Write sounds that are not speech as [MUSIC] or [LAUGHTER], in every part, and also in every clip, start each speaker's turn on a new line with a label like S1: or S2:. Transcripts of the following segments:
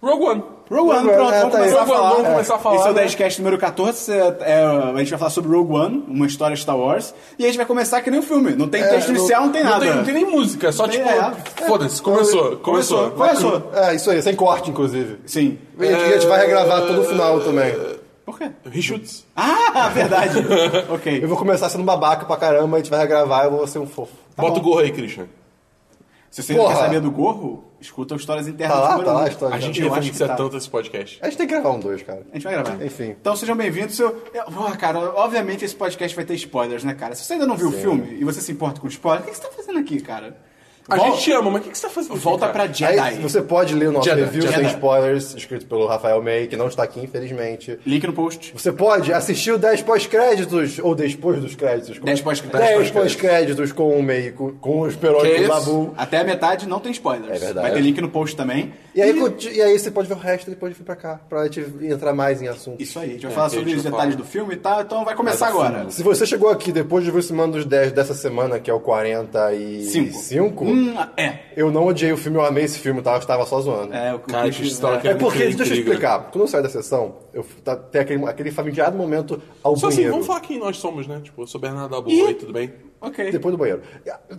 S1: Rogue One.
S2: Rogue One, pronto,
S3: é,
S2: vamos
S3: tá aí.
S2: começar a
S1: Rogue One,
S2: falar.
S1: vamos começar a falar,
S2: Esse é o
S1: né?
S2: 10cast número 14, é, é, a gente vai falar sobre Rogue One, uma história Star Wars, e a gente vai começar que nem o filme, não tem texto
S3: É, não-
S2: inicial, não tem
S1: Não
S2: nada.
S1: tem, não tem nem música, é só
S2: Não tem,
S1: tipo.
S2: é.
S1: Foda-se, começou, começou.
S2: Começou.
S3: É, isso aí, sem corte, inclusive.
S2: Sim.
S3: E a gente- e a gente vai regravar
S4: É.
S3: todo o final também.
S2: Por quê?
S1: Reshoots.
S2: Ah, [LAUGHS] verdade. ok.
S3: Eu vou começar sendo babaca pra caramba, a gente vai regravar, eu vou ser um fofo.
S4: Bota o gorro aí, Christian.
S2: Se você não quer
S3: Porra.
S2: saber do gorro, escuta as histórias internas
S3: Tá
S2: do
S3: lá,
S2: número
S3: tá lá
S2: um.
S3: a história.
S4: A gente
S2: Eu acho que
S4: referencia
S2: tá.
S4: tanto esse podcast.
S3: A gente tem que gravar um dois, cara.
S2: A gente vai gravar.
S3: Enfim.
S2: Então sejam bem-vindos. Seu... eu- Porra, cara, obviamente esse podcast vai ter spoilers, né, cara? Se você ainda não viu o filme e você se importa com spoiler, o que você tá fazendo aqui, cara?
S4: A
S2: Vol-
S4: gente te ama, mas o que, que você tá fazendo? aqui,
S2: Volta
S4: cara?
S2: pra Jedi.
S3: Aí você pode ler o nosso
S4: Jedi,
S3: review
S4: Jedi.
S3: sem spoilers, escrito pelo Rafael May, que não está aqui, infelizmente.
S2: Link no post.
S3: Você pode assistir o 10 pós-créditos, ou depois dos créditos.
S2: 10 pós-créditos.
S3: 10 pós-créditos com o May, com, com os
S4: Que
S3: perões do
S4: isso?
S3: Babu.
S2: Até a metade não tem spoilers.
S3: É verdade.
S2: Vai ter link no post também.
S3: E aí, conti- e aí você pode ver o resto depois de vir pra cá, pra gente entrar mais em assunto.
S2: Isso aí, a gente vai falar
S4: É, que a
S2: sobre
S4: gente
S2: os
S4: vai
S2: detalhes
S4: falar.
S2: do filme e tal, então vai começar agora.
S3: Se você chegou aqui depois de ver o Semana dos 10 dessa semana, que é o 45,
S2: Hum, é.
S3: eu não odiei o filme, eu amei esse filme, tá? eu estava só zoando.
S2: É, o
S4: Cara,
S2: Christian-
S4: que história que
S3: É porque,
S4: Incrível.
S3: deixa eu explicar, quando eu saio da sessão, eu f- tá, tem aquele, aquele familiar momento ao
S4: Só assim,
S3: banheiro.
S4: vamos falar quem nós somos, né? Tipo, eu sou Bernardo Dabu, oi, tudo bem?
S2: Ok.
S3: Depois do banheiro.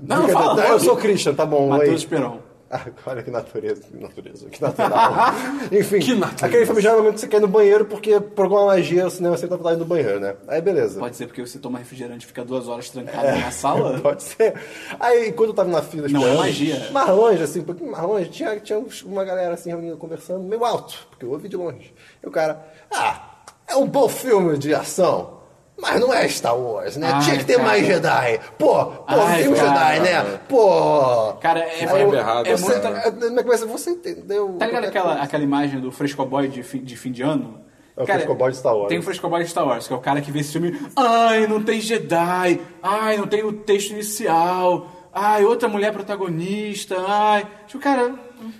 S2: Não, fala logo.
S3: eu sou o Christian, tá bom,
S2: Matheus
S3: Tipo, oi.
S2: Esperon.
S3: [LAUGHS] Ah, Olha que natureza, que natureza, que natural. Enfim,
S4: Que natureza.
S3: aquele familiar momento que você quer ir no banheiro porque, por alguma magia, o cinema sempre tá vontade no banheiro, né? Aí beleza.
S2: Pode ser porque você toma refrigerante e fica duas horas trancado
S3: É.
S2: na [LAUGHS]
S3: [LAUGHS]
S2: sala?
S3: Pode ser. Aí, quando eu tava na fila
S2: Não,
S3: esperando,
S2: é magia.
S3: mais longe, assim, um pouquinho mais longe, tinha, tinha uns- uma galera assim reunindo, conversando, meio alto, porque eu ouvi de longe. E o cara, ah, é um bom filme de ação. Mas não é Star Wars, né?
S2: Ai,
S3: Tinha que ter
S2: cara.
S3: mais Jedi. Pô, pô, não
S2: Ai,
S3: tem um
S2: cara.
S3: Jedi, né? Pô.
S2: Cara, é,
S4: Vai
S2: é-
S4: berrado,
S2: é
S4: assim,
S3: Você,
S2: muita,
S4: né?
S3: mas começa, você entendeu?
S2: Tá ligado aquela, aquela imagem do frescoboy de fim de, fim de ano?
S3: É o frescoboy de Star Wars.
S2: Tem o frescoboy de Star Wars, que é o cara que vê esse filme. Ai, não tem Jedi. Ai, não tem o texto inicial. Ai, outra mulher protagonista. Ai. Tipo, cara,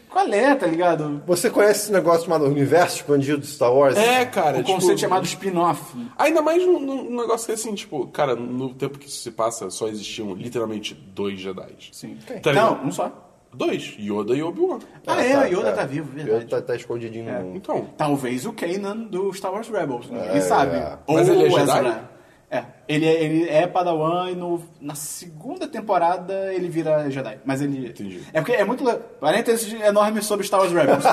S2: qual é, tá ligado?
S3: Você conhece esse negócio chamado universo expandido de Star Wars?
S4: É, cara.
S2: o
S4: tipo,
S2: conceito chamado spin-off.
S4: Ainda mais num, num negócio que assim, tipo, cara, no tempo que isso se passa, só existiam literalmente dois Jedi.
S2: Sim.
S4: Tá
S2: não,
S4: ligado?
S2: um só.
S4: Dois, Yoda e Obi-Wan.
S2: Ah, é, o Yoda tá vivo, verdade. É.
S3: Yoda tá, tá escondidinho no mundo.
S4: Então,
S2: Talvez o Kanan do Star Wars Rebels, ninguém sabe.
S3: é.
S4: Mas ele é Jedi?
S2: Ezra. É. Ele, é, ele é Padawan e no, na segunda temporada ele vira Jedi. Mas ele.
S4: Entendi.
S2: É porque é muito legal. Parênteses enorme sobre Star Wars
S3: [LAUGHS]
S2: Rebels.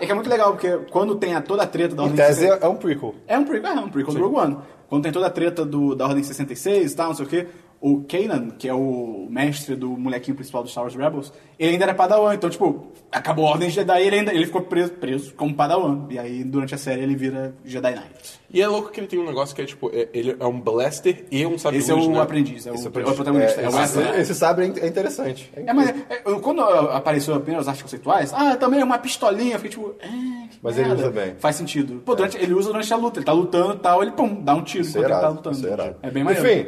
S2: é que é muito legal, porque quando tem a, toda a treta da
S3: Em
S2: Ordem
S3: tese
S2: 66
S3: é um prequel.
S2: É um prequel, é um prequel do Rogue One. Quando tem toda a treta do, da Ordem 66 e tal, não sei o quê. O Kanan, que é o mestre do molequinho principal do Star Wars Rebels, ele ainda era Padawan, então, tipo, acabou a Ordem Jedi e ele, ainda, ele ficou preso, preso como Padawan. E aí, durante a série, ele vira Jedi Knight.
S4: e é louco que ele tem um negócio que é tipo, é- ele é um blaster e um sabre
S2: Esse é o
S4: né?
S2: aprendiz, é o,
S3: Esse
S2: é o
S3: aprendiz-
S2: protagonista, é, o
S3: esse,
S2: Ezra.
S3: esse sabre é in- é interessante. É
S2: É, mas é, é, quando ah, apareceu apenas os artes conceituais, ah, também é uma pistolinha, eu fiquei tipo, é, que
S3: Mas ele
S2: merda.
S3: usa bem. É.
S2: Faz sentido. Pô, durante, ele usa durante a luta, ele tá lutando e tal, ele pum, dá um tiro
S3: Isso
S2: enquanto ele tá
S3: irado,
S2: lutando.
S3: isso é irado.
S2: é bem mais.
S3: Enfim,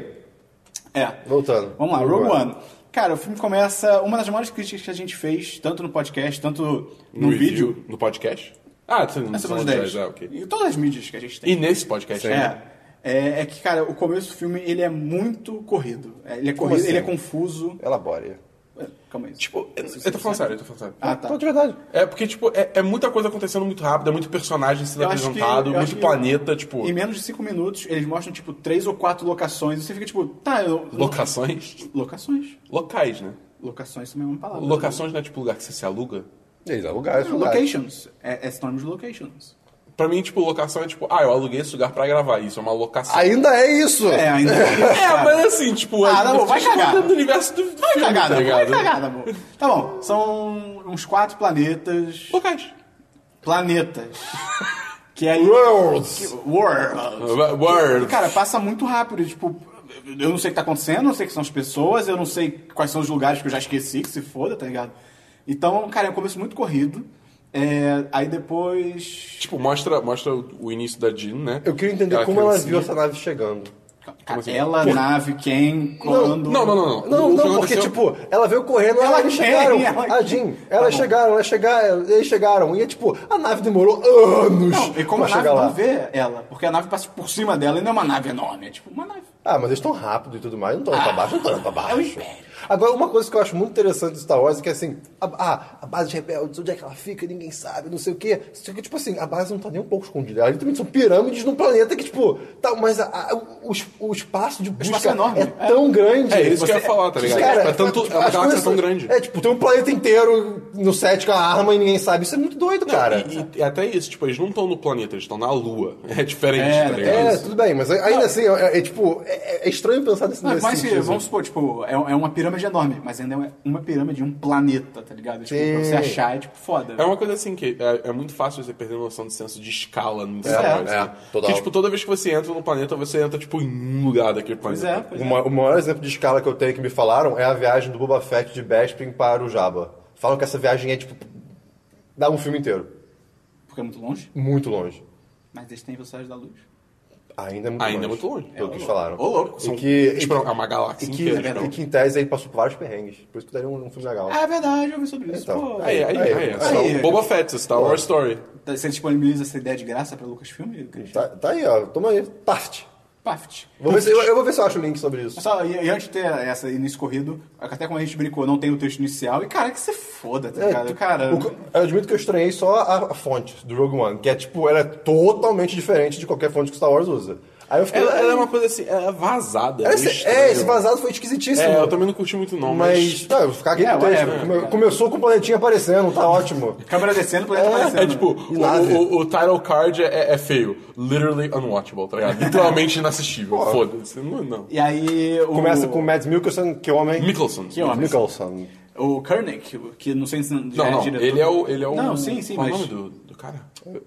S2: É.
S3: voltando.
S2: Vamos lá, Rogue One. Cara, o filme começa. Uma das maiores críticas que a gente fez, tanto no podcast, tanto no,
S4: No,
S2: vídeo.
S4: vídeo, no podcast. Ah, você não
S2: Essa foi
S4: falou
S2: nos
S4: de Jedi, é, ok.
S2: E todas as mídias que a gente tem.
S4: E nesse podcast,
S2: É,
S4: né?
S2: é, é que, cara, o começo do filme ele é muito corrido. É, Ele é corrido,
S3: assim?
S2: ele é confuso.
S3: Elabore.
S2: É, Calma aí.
S4: Tipo, eu, eu tô falando sério, eu tô falando sério.
S2: Ah, tá.
S3: Tô de verdade.
S4: É porque, tipo, é, é muita coisa acontecendo muito rápido, é muito personagem sendo
S2: Eu acho que-
S4: apresentado,
S2: eu acho
S4: muito
S2: que
S4: planeta, tipo,
S2: Em menos de cinco minutos, eles mostram, tipo, três ou quatro locações. E você fica, tipo, tá, eu...
S4: locações.
S2: Locações.
S4: Locais, né?
S2: Locações também é uma palavra.
S4: Locações não é tipo lugar que você se aluga.
S3: Eles alugaram esse
S2: Não,
S3: lugar.
S2: Locations. É, é sinônimo de locations.
S4: Pra mim, tipo, locação é tipo, ah, eu aluguei esse lugar pra gravar. Isso é uma locação.
S3: Ainda é isso!
S2: É,
S4: [LAUGHS]
S2: ainda...
S4: É, mas assim, tipo,
S2: Ah,
S4: a gente
S2: não, vai
S4: fica
S2: cagar.
S4: dentro do universo do do
S2: Vai
S4: filme,
S2: cagar,
S4: tá
S2: Dabu, vai
S4: ligado?
S2: cagar, Dabu. Tá bom, são uns quatro planetas.
S4: Locais.
S2: Planetas. Que aí.
S3: Worlds. Ah,
S2: World.
S4: Word.
S2: Cara, passa muito rápido, tipo. Eu não sei o que tá acontecendo, eu não sei quem são as pessoas, eu não sei quais são os lugares que eu já esqueci, que se foda, tá ligado? Então, cara, é um começo muito corrido. É, aí depois.
S4: Tipo, mostra, mostra o o início da Jean, né?
S3: Eu queria entender
S4: Aquela
S3: como ela
S4: criancinha.
S3: viu essa nave chegando.
S2: Cara, ela, nave, quem, quando.
S4: assim? Não, não, não. não. O- o
S3: Não, não,
S4: que
S3: porque,
S4: aconteceu-
S3: tipo, ela veio correndo,
S2: Ela
S3: ela eles
S2: quem?
S3: chegaram.
S2: Ela
S3: A
S2: quem?
S3: Jean,
S2: Tá
S3: elas
S2: bom.
S3: chegaram, elas chegaram, eles chegaram. E é tipo, a nave demorou anos.
S2: Não, e como a
S3: pra
S2: nave
S3: chegar lá.
S2: não vê ela, porque a nave passa por cima dela e não é uma nave enorme, é tipo uma nave.
S3: Ah, mas eles estão rápido e tudo mais, não estão indo pra baixo, não estão indo pra baixo.
S2: é o império.
S3: Agora, uma coisa que eu acho muito interessante do Star Wars é que, assim, a, a, a base de rebeldes, onde é que ela fica, ninguém sabe, não sei o quê. Só que, tipo assim, a base não tá nem um pouco escondida. Ela literalmente são pirâmides num planeta que, tipo, tá, mas a- a- o, es- o espaço de busca
S2: espaço é enorme.
S3: tão grande.
S4: É isso que eu ia falar, tá ligado?
S3: Cara,
S4: É tanto-
S3: tipo,
S4: é uma
S3: as
S4: galáxia
S3: coisas-
S4: tão grande.
S3: É, tipo, tem um planeta inteiro no set com a arma e ninguém sabe. Isso é muito doido, cara.
S4: E, e até isso, tipo, eles não estão no planeta, eles estão na Lua. [LAUGHS] É diferente,
S2: É,
S4: tá
S2: é,
S4: ligado?
S3: É, tudo bem, mas ainda assim, é, é, tipo, é, é estranho pensar nesse,
S2: Não,
S3: nesse
S2: Ah, mas se,
S3: sentido.
S2: vamos supor, tipo, é, é uma pirâmide enorme, mas ainda é uma pirâmide de um planeta, tá ligado? Tipo, pra
S3: Sim.
S2: você achar é tipo foda.
S4: É uma coisa assim que é, é muito fácil você perder noção de senso de escala no Star
S2: é,
S4: Wars.
S3: é,
S4: né?
S3: total.
S4: Que, tipo, toda vez que você entra num planeta, você entra, tipo, em um lugar daquele
S2: Pois
S4: planeta.
S2: é, pois é.
S3: Uma- o maior exemplo de escala que eu tenho que me falaram é a viagem do Boba Fett de Bespin para o Jabba. Falam que essa viagem é, tipo, dá um filme inteiro.
S2: Porque é muito longe,
S3: Muito longe.
S2: mas eles têm velocidade da luz.
S3: Ainda é muito
S4: Ainda é
S3: longe.
S4: muito longe.
S3: Pelo
S4: É,
S3: que eles
S4: ô,
S3: falaram.
S4: ô, louco,
S3: E
S4: são-
S3: que, e
S4: tipo,
S3: que-
S4: é uma galáxia
S3: e que,
S4: inteira, então.
S3: e que, em tese, ele passou por vários perrengues. Por isso que daria um, um filme legal.
S2: Ah, é verdade, eu vi sobre isso.
S3: Então,
S2: pô.
S4: Aí, aí, aí.
S3: Aí, aí.
S4: é só
S2: Aí.
S4: Boba Fett, Star Wars Story.
S2: Você disponibiliza essa ideia de graça pra Lucasfilm, Christian?
S3: Tá, tá aí, ó. Toma aí. Parte.
S2: Paft.
S3: Vou ver se- eu, eu vou ver se eu acho o link sobre isso.
S2: Só, e, e antes de ter essa início corrido, até como a gente brincou, não tem o texto inicial, e cara, que você foda,
S4: É,
S2: tá ligado?
S3: tu-
S4: tipo,
S2: cara,
S3: É, tipo, o- eu admito que eu estranhei só a, a fonte do Rogue One, que é tipo, ela é totalmente diferente de qualquer fonte que o Star Wars usa. Aí eu fiquei.
S4: Ela, ela é uma coisa assim, ela é vazada.
S3: Ela-
S4: é meio
S3: esse, é, esse
S4: estranho.
S3: vazado foi esquisitíssimo.
S4: É, eu também não curti muito não, mas...
S3: Mas, tá, eu ficar aqui
S2: É,
S3: no texto.
S2: whatever.
S3: Come- começou com o planetinha aparecendo, [LAUGHS] tá ótimo.
S2: câmera descendo, planeta aparecendo.
S4: É, [LAUGHS] tipo,
S3: E
S4: o,
S3: nave.
S4: o, o title card é, é feio. Literally unwatchable, tá ligado? Literalmente inassistível. Foda-se. Não, não.
S2: E aí o,
S3: Começa com o Mads Mikkelsen, que homem.
S4: Mickelson.
S2: Que homem?
S3: Mikkelsen.
S2: o Koenig, que não sei se já
S4: Não,
S2: é
S4: não.
S2: diretor.
S4: Ele é o... Ele é o
S2: Não, sim, sim,
S4: Qual
S2: mas-
S4: é o nome do, do cara?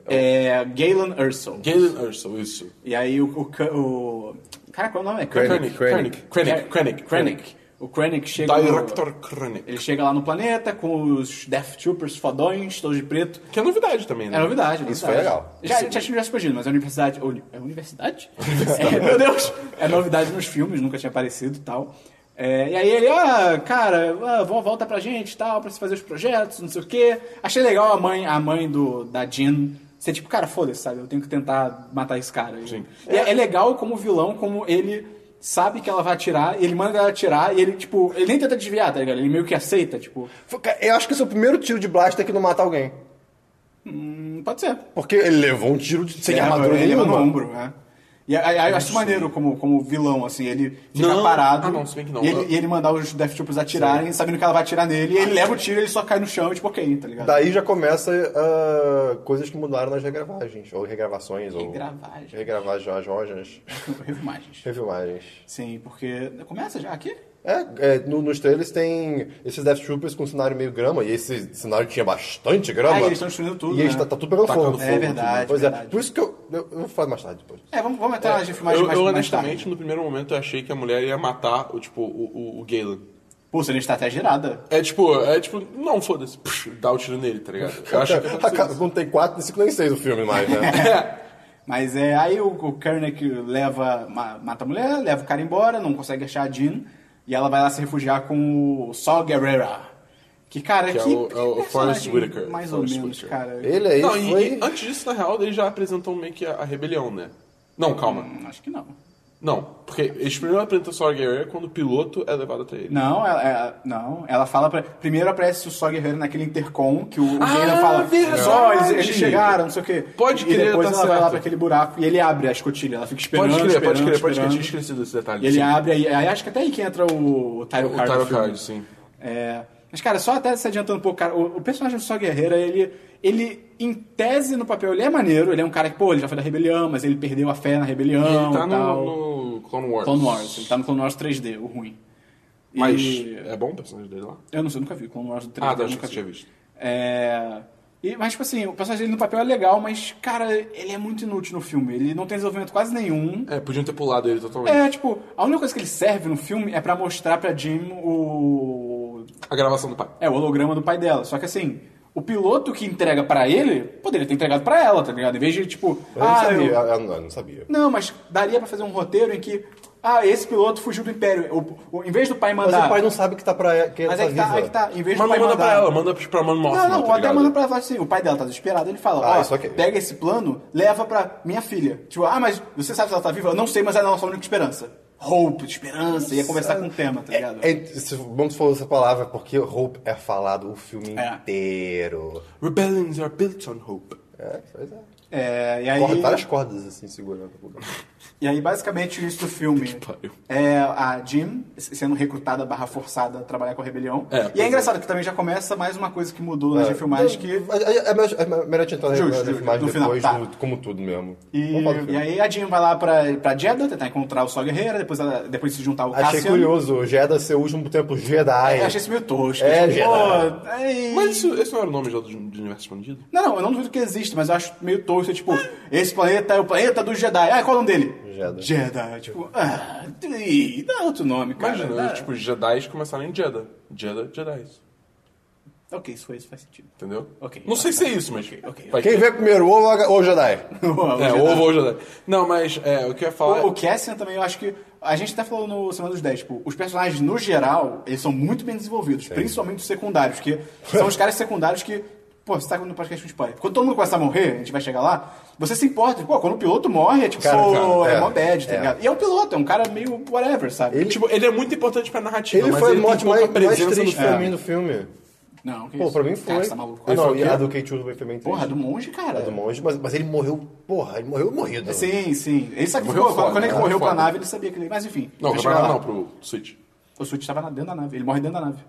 S2: É Galen Erso.
S4: Galen Erso, isso.
S2: E aí o, o, K- o- Cara, qual é o nome? É
S4: Krennic. Krennic. Krennic.
S2: Krennic.
S4: Krennic.
S2: Krennic. O Krennic chega no-
S4: Director Krennic.
S2: Ele chega lá no planeta com os Death Troopers fodões, todos de preto.
S4: Que é novidade também, né?
S2: É novidade, é
S3: Isso
S2: novidade.
S3: foi legal.
S2: Já, já tinha expandido, mas a universidade. uni- É
S3: [LAUGHS]
S2: universidade? É, meu Deus! É novidade nos filmes, nunca tinha aparecido e tal. É, e aí ele, ah, cara, ah, vão- volta pra gente e tal, pra se fazer os projetos, não sei o quê. Achei legal a mãe, a mãe do, da Jean. Ser tipo, cara, foda-se, sabe? Eu tenho que tentar matar esse cara.
S4: Sim.
S2: E é, é legal como vilão, como ele sabe que ela vai atirar, e ele manda ela atirar, e ele, tipo, ele nem tenta desviar, tá ligado? Ele meio que aceita, tipo,
S3: Foi- cara, Eu acho que esse é o primeiro tiro de blaster que não mata alguém.
S2: hum, pode ser.
S3: Porque ele levou um tiro de, sem
S2: Ele
S3: armadura
S2: ele leva no
S3: nenhuma.
S2: ombro, né? E aí, aí eu acho maneiro como, como vilão, assim, ele fica
S4: Não.
S2: parado.
S4: Ah, não, se bem que não.
S2: E ele, e ele mandar os Death Troopers atirarem, sabendo que ela vai atirar nele, e ele leva o tiro e ele só cai no chão, tipo, ok, tá ligado? [LAUGHS]
S3: Daí já começa ah, coisas que mudaram nas regravagens, ou regravações, ou...
S2: Regravagens.
S3: Regravagens.
S2: Revimagens.
S3: Refilmagens.
S2: Sim, porque. Começa já aqui?
S3: É, é, no- nos trailers tem esses Death Troopers com cenário meio grama, e esse cenário tinha bastante
S4: É,
S3: grama.
S2: Ah, e eles estão destruindo tudo,
S3: E eles
S2: né?
S3: tá, tá tudo pegando
S4: Tacando
S3: fogo.
S4: fogo, É
S2: verdade,
S3: Pois é,
S2: verdade.
S3: por isso que eu, eu, eu vou falar mais tarde depois.
S2: É, vamos, vamos entrar nas filmagens
S4: Eu,
S2: mais,
S4: eu
S2: mais
S4: honestamente,
S2: tarde.
S4: no primeiro momento, eu achei que a mulher ia matar, o, tipo, o, o, o Galen.
S2: Pô, seria uma estratégia irada.
S4: É tipo, é tipo, não, foda-se, Psh, dá o tiro nele, tá ligado? Eu acho que
S3: A ca- não tem quatro, nem cinco, nem seis o filme
S4: [LAUGHS]
S3: mais, né?
S2: Mas é, aí o, o Kernick leva, ma- mata a mulher, leva o cara embora, não consegue achar a Jean, e ela vai lá se refugiar com o Saul Guerrera. Que, cara,
S4: Que
S2: que,
S4: é o- é o
S2: que
S4: Forrest
S2: personagem
S4: Whitaker.
S2: Mais
S4: Forrest
S2: ou menos,
S4: Whitaker.
S2: cara.
S3: Ele aí
S4: Não, e,
S3: É foi...
S4: e antes disso, na real, eles já apresentam meio que a, a rebelião, né? Não, calma.
S2: Hum, Acho que não.
S4: Não, porque eles primeiro apresentam só a guerreira quando o piloto é levado até ele.
S2: Não, ela, ela- não, ela fala pra... Primeiro aparece o Saul Guerrero naquele intercom, que o, o
S4: Ah,
S2: Galen fala,
S4: verdade!
S2: só eles, eles chegaram, não sei o quê.
S4: Pode
S2: e
S4: crer,
S2: depois
S4: tá
S2: ela vai lá
S4: certo.
S2: pra aquele buraco e ele abre a escotilha, ela fica esperando,
S4: Pode crer,
S2: esperando,
S4: pode crer, pode crer. Eu
S2: esperando.
S4: tinha esquecido esse detalhe.
S2: E ele
S4: sim.
S2: abre, aí, aí acho que até aí que entra o, o Tyro
S4: O
S2: Card.
S4: Tyro
S2: do filme.
S4: Card, sim.
S2: É, mas, cara, só até se adiantando um pouco, cara, o, o personagem do Só Guerreira, ele, ele, em tese no papel, ele é maneiro, ele é um cara que, pô, ele já foi da rebelião, mas ele perdeu a fé na
S4: E
S2: rebelião
S4: ele tá
S2: e tal.
S4: no, no Clone Wars.
S2: Clone Wars, ele tá no Clone Wars 3D, o ruim. E- um
S4: Mas é bom o personagem dele lá?
S2: Eu não sei, eu nunca vi Clone Wars do 3D.
S4: Ah, tá,
S2: eu
S4: acho que
S2: nunca
S4: você tinha
S2: vi.
S4: visto.
S2: É... E, mas, tipo assim, o personagem dele no papel é legal, mas, cara, ele é muito inútil no filme. Ele não tem desenvolvimento quase nenhum.
S4: É, podiam ter pulado ele totalmente.
S2: É, tipo, a única coisa que ele serve no filme é pra mostrar pra Jim o.
S4: A gravação do pai.
S2: É, o holograma do pai dela. Só que assim, o piloto que entrega pra ele, poderia ter entregado pra ela, tá ligado? Em vez de, tipo,
S3: Eu não
S2: ah,
S3: sabia,
S2: eu-
S3: eu... não, eu não sabia.
S2: Não, mas daria pra fazer um roteiro em que. Ah, esse piloto fugiu do Império. O, o- em vez do pai
S3: Mas
S2: mandar.
S3: o pai não sabe que tá pra que
S2: Mas
S3: tá
S2: aí que tá,
S3: viva.
S2: aí que tá. Em
S4: Mas
S2: vez
S4: não
S2: do pai
S4: manda
S2: mandar
S4: pra ela, manda tá pra Mano Morphe.
S2: não, não, ou até manda pra ela assim, o pai dela tá desesperado, ele fala,
S3: Ah,
S2: ó,
S3: isso ok.
S2: pega esse plano, leva pra minha filha. Tipo, ah, mas você sabe se ela tá viva? Eu não sei, mas ela é a nossa única esperança. hope, esperança, ia conversar com o tema, tá ligado?
S3: É, esse- Vamos falar essa palavra porque Hope é falado o filme
S2: É.
S3: inteiro.
S4: Rebellions are built on hope.
S3: É, pois é.
S2: É, e aí,
S3: Corre várias cordas assim, segurando.
S2: e aí, basicamente, isso do filme
S3: Tipo,
S4: pariu.
S2: é a Jim sendo recrutada barra forçada a trabalhar com a rebelião.
S4: É,
S2: e
S4: pois
S2: é
S4: é.
S2: engraçado que também já começa mais uma coisa que mudou nas filmagens que...
S3: É, é, é melhor- é melhor a gente entrar na-
S2: Justo,
S3: na
S2: justo,
S3: filmagem
S2: no
S3: depois,
S2: final, tá.
S3: no- como tudo mesmo.
S2: E,
S3: Vamos falar do filme.
S2: e aí a Jim vai lá pra, pra Jeddah tentar encontrar o Sol Guerreira, depois, ela- depois se juntar ao
S3: Achei
S2: Cassian.
S3: curioso, o Jedi ser o último tempo Jedi.
S2: É, achei isso meio tosco.
S3: É,
S2: tipo,
S3: Jeddah.
S2: pô, ai.
S4: Mas isso, esse não era o nome já do, do universo expandido?
S2: Não, não, eu não duvido que existe, mas eu acho meio tosco. Tipo, esse planeta é o planeta dos Jedi. Ah, qual é o nome dele?
S3: Jeddah.
S2: Jedi. Tipo, ah, ih, dá outro nome, cara.
S4: Imagina,
S2: dá...
S4: tipo, Jedi começaram em Jedi. Jedi, Jedi.
S2: Ok, isso foi isso, faz sentido.
S4: Entendeu?
S2: Ok.
S4: Não sei se é isso, mas.
S2: ok.
S4: vai-
S3: Quem vê primeiro, o ovo ou a- ou o Jedi?
S2: [LAUGHS] O
S4: É,
S2: Jedi.
S4: ovo ou Jedi. Não, mas é, o que eu ia falar. é-
S2: O, o Cassian também, eu acho que. A gente até falou no Semana dos 10, tipo, os personagens, no geral, eles são muito bem desenvolvidos, principalmente os secundários, que são os caras secundários que. Pô, você tá no podcast com spoiler. Quando todo mundo começar a morrer, a gente vai chegar lá, você se importa, pô, quando o piloto morre, é tipo,
S3: Cara,
S2: pô,
S3: cara,
S2: é,
S3: é,
S2: mó bad, tá
S3: é.
S2: ligado? E é um piloto, é um cara meio whatever, sabe?
S3: Ele-
S4: Tipo, ele é muito importante pra narrativa,
S3: Ele
S4: mas
S3: foi
S4: ele
S3: o mote
S4: tem pouca
S3: mais, mais
S4: presença no
S3: triste pra
S4: filme.
S3: mim no filme.
S2: Não, que
S3: Pô,
S2: isso?
S3: pra mim foi.
S2: Cara, você tá maluco.
S3: Ah, não,
S4: Ele foi
S3: e
S4: o quê?
S3: a do Kate Woodway foi bem triste.
S2: Porra, do monge, cara.
S3: A do monge, mas, mas ele morreu, porra, ele morreu morrido.
S2: Sim, sim. Ele sacrificou.
S4: Morreu foda,
S2: quando ele
S4: né?
S2: correu pra
S4: Foda.
S2: nave, ele sabia que ele. Mas enfim.
S4: Não,
S2: vai
S4: pra
S2: chegar
S4: lá
S2: lá.
S4: não, pro Switch.
S2: O Switch tava na- dentro da nave. Ele morre dentro da nave.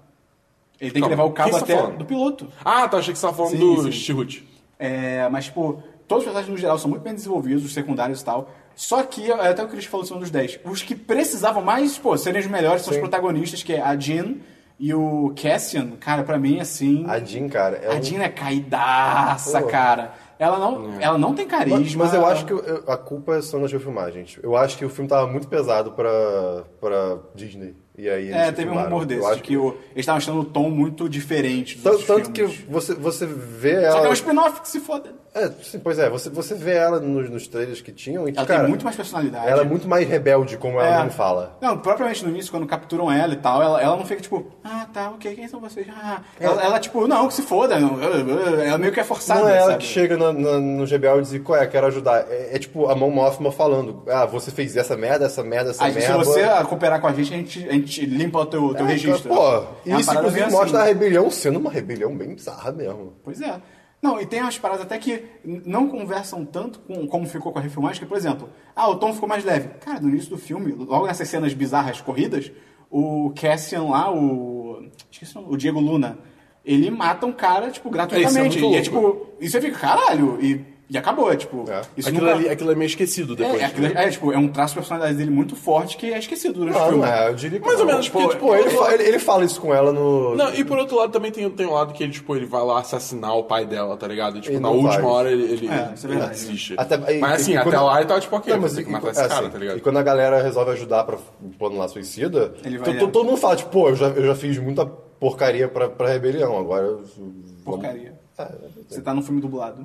S2: Ele tem
S4: Calma,
S2: que levar o
S4: quem
S2: cabo
S4: você tá
S2: até
S4: falando?
S2: do piloto.
S4: Ah, tá, achei que você tava falando
S2: Sim, sim.
S4: do Chihut.
S2: É, mas, tipo, todos os personagens no geral são muito bem desenvolvidos, os secundários e tal. Só que, é, até o que eles falou são dos 10. Os que precisavam mais, pô, serem os melhores são os protagonistas, que é a Jean e o Cassian. Cara, pra mim, assim.
S3: A Jean, cara, é
S2: a
S3: um-
S2: Jean é caidaça,
S3: Pô.
S2: cara. Ela não, ela não tem
S3: É. Mas,
S2: carisma.
S3: mas eu acho que eu- eu- a culpa são nas filmagens. Eu acho que o filme tava muito pesado pra, pra Disney. E aí eles
S2: É, teve um
S3: filmaram.
S2: rumor
S3: Eu
S2: desse,
S3: acho
S2: de que o- eles estavam achando o tom muito diferente dos
S3: Tanto,
S2: outros
S3: tanto que
S2: filmes.
S3: você, você vê
S2: Só que é um
S3: ela.
S2: spin-off que se foda.
S3: É, sim, pois é, você, você vê ela nos, nos trailers que tinham e
S2: Ela
S3: cara,
S2: tem muito mais personalidade.
S3: ela é muito mais rebelde, como ela
S2: É.
S3: não fala.
S2: Não, propriamente no início, quando capturam ela e tal, ela, ela não fica tipo, ah, tá, ok, quem são vocês? Ah.
S3: É.
S2: Ela, ela, tipo, não, que se foda. Não, eu- eu- ela meio que é forçada,
S3: Não é ela
S2: sabe?
S3: que chega na- na- no GBL e diz, qual é, quero ajudar. É, é tipo a mão Mothma falando, ah, você fez essa merda, essa merda, essa
S2: Aí, tipo, se
S3: merda.
S2: você cooperar com a gente, a gente, a gente limpa o teu, teu
S3: É,
S2: registro.
S3: Pô,
S2: É uma
S3: isso
S2: parada
S3: inclusive
S2: meio
S3: mostra a
S2: assim.
S3: rebelião sendo uma rebelião bem bizarra mesmo.
S2: Pois é. Não, e tem umas paradas até que n- não conversam tanto com como ficou com a refilmagem, que, por exemplo, ah, o tom ficou mais leve. Cara, no início do filme, logo nessas cenas bizarras corridas, o Cassian lá, o. Esqueci o nome, o Diego Luna, ele mata um cara, tipo, gratuitamente.
S4: muito
S2: e é
S4: louco.
S2: tipo, e você fica, caralho, e, e acabou, é tipo.
S3: É.
S2: Isso
S4: aquilo,
S2: nunca-
S4: ali, aquilo é meio esquecido
S2: é,
S4: depois.
S2: é, aquilo-
S4: né?
S2: é, tipo, é um traço de personalidade dele muito forte que é esquecido durante o
S3: Não,
S2: filme.
S3: não é, eu diria que
S4: Mais
S3: não.
S4: ou menos, porque,
S3: Pô,
S4: tipo,
S3: ele, fa- ele- ele fala isso com ela no...
S4: Não, e por outro lado também tem, tem um lado que ele, tipo, ele vai lá assassinar o pai dela, tá ligado? E, tipo,
S3: Ele
S4: na
S3: não
S4: última
S3: faz.
S4: hora ele, ele,
S2: É, isso é
S4: ele
S2: verdade.
S4: desiste.
S3: Até- e-
S4: mas assim,
S3: e
S4: até
S3: quando-
S4: lá ele tava tipo, ok,
S3: Não,
S4: mas
S3: mas
S4: tem que
S3: e-
S4: matar
S3: é
S4: esse cara,
S3: assim,
S4: tá
S3: E
S4: ligado?
S3: quando a galera resolve ajudar pra um plano lá suicida,
S2: Ele vai
S3: to- to-
S2: lá.
S3: todo mundo fala, tipo, pô, eu já, eu já fiz muita porcaria pra, pra rebelião, agora... eu- vamos-
S2: Porcaria.
S3: É,
S2: Você tá num filme
S4: [LAUGHS]
S2: dublado.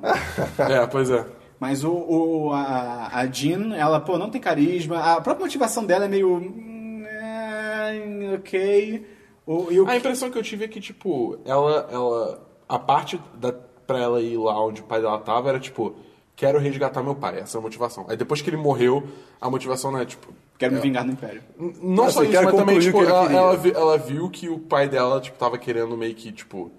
S4: É, pois é.
S2: Mas o, o- a, a Jean, ela, pô, não tem carisma. A própria motivação dela é meio. hum, é, ok. O, e o,
S4: A impressão que eu tive é que, tipo, ela. ela a parte da, pra ela ir lá onde o pai dela tava era tipo, quero resgatar meu pai, essa é a motivação. Aí depois que ele morreu, a motivação não é tipo.
S2: quero me vingar do Império.
S4: n- Não
S3: Assim,
S4: só isso,
S3: quero
S4: mas também,
S3: concluir
S4: tipo,
S3: o que ele
S4: ela,
S3: queria.
S4: ela vi- ela viu que o pai dela, tipo, tava querendo meio que, tipo.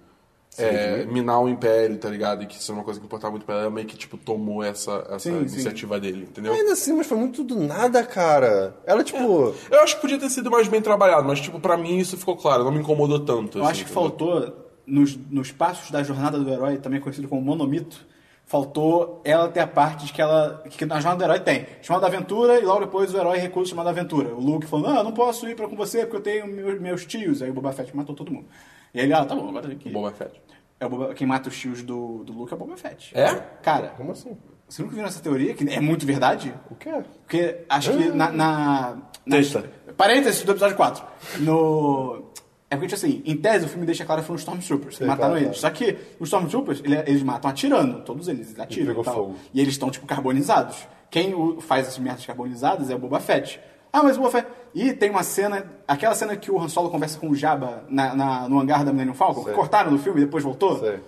S4: é, minar o império, tá ligado? E que isso é uma coisa que importava muito pra ela, ela meio que, tipo, tomou essa, essa
S2: Sim, sim.
S4: iniciativa dele, entendeu?
S3: Ainda assim, mas foi muito do nada, cara. Ela, tipo...
S4: Eu acho que podia ter sido mais bem trabalhado, mas, tipo, pra mim isso ficou claro, não me incomodou tanto.
S2: Eu
S4: assim,
S2: acho que
S4: entendeu?
S2: faltou, nos, nos passos da jornada do herói, também conhecido como monomito, faltou ela ter a parte de que ela. que na jornada do herói tem. Chamada aventura, e logo depois o herói recusa chamada aventura. O Luke falando, ah, eu não posso ir pra com você porque eu tenho meus, meus tios. Aí o Boba Fett matou todo mundo. E ele, ah, tá bom, agora tem que. ir."
S4: Boba Fett.
S2: É o Boba- quem mata os tios do, do Luke é o Boba Fett.
S4: É?
S2: Cara,
S3: Como assim?
S2: Você nunca viu essa teoria, que é muito verdade?
S3: O quê?
S2: Porque acho
S3: Ah.
S2: que na. na, na
S3: Testa.
S2: parênteses do episódio 4. No. É porque, tipo assim, em tese o filme deixa claro que foram os Stormtroopers que
S3: Sim,
S2: mataram
S3: claro,
S2: eles. Só que os Stormtroopers, ele- é, eles matam atirando, todos eles, eles atiram e,
S3: pegou
S2: tal.
S3: fogo.
S2: E eles estão, tipo, carbonizados. Quem o- faz essas merdas carbonizadas é o Boba Fett. Ah, mas o Boba Fett. E tem uma cena, aquela cena que o Han Solo conversa com o Jabba na, na- no hangar da Millennium Falcon, que
S3: Sei.
S2: cortaram no filme e depois voltou.
S3: Sei.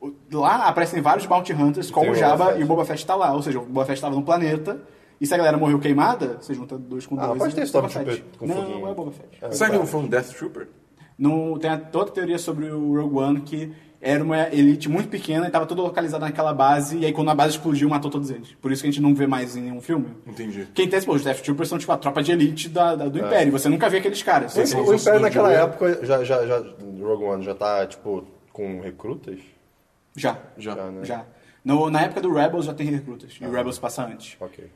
S2: O- Lá aparecem vários Bounty Hunters com
S3: tem é.
S2: o
S3: o
S2: Jabba
S3: Boba Fett.
S2: e o Boba Fett tá lá. Ou seja, o Boba Fett estava no planeta E se a galera morreu queimada, você junta dois com
S3: Ah,
S2: dois.
S3: pode
S2: e
S3: ter
S2: é
S3: Stormtrooper
S2: Boba Fett.
S3: com
S2: Não,
S3: foguinho.
S2: não é Boba Fett.
S4: Sabe o filme Death Trooper?
S2: No, tem a- toda a teoria sobre o Rogue One que era uma elite muito pequena e estava toda localizada naquela base, e aí quando a base explodiu, matou todos eles. Por isso que a gente não vê mais em nenhum filme.
S4: Entendi.
S2: Quem tem, pô, os Death Troopers são tipo a tropa de elite da, da- do Império. Você nunca vê aqueles caras. Você-
S3: É. o Império
S4: do
S3: naquela
S4: Joel.
S3: época já, já, já. Rogue One já tá, tipo, com recrutas?
S2: Já,
S4: Já.
S3: Já, né? Ah.
S2: já. No- na época do Rebels já tem recrutas, e o Rebels passa antes.
S3: Ok.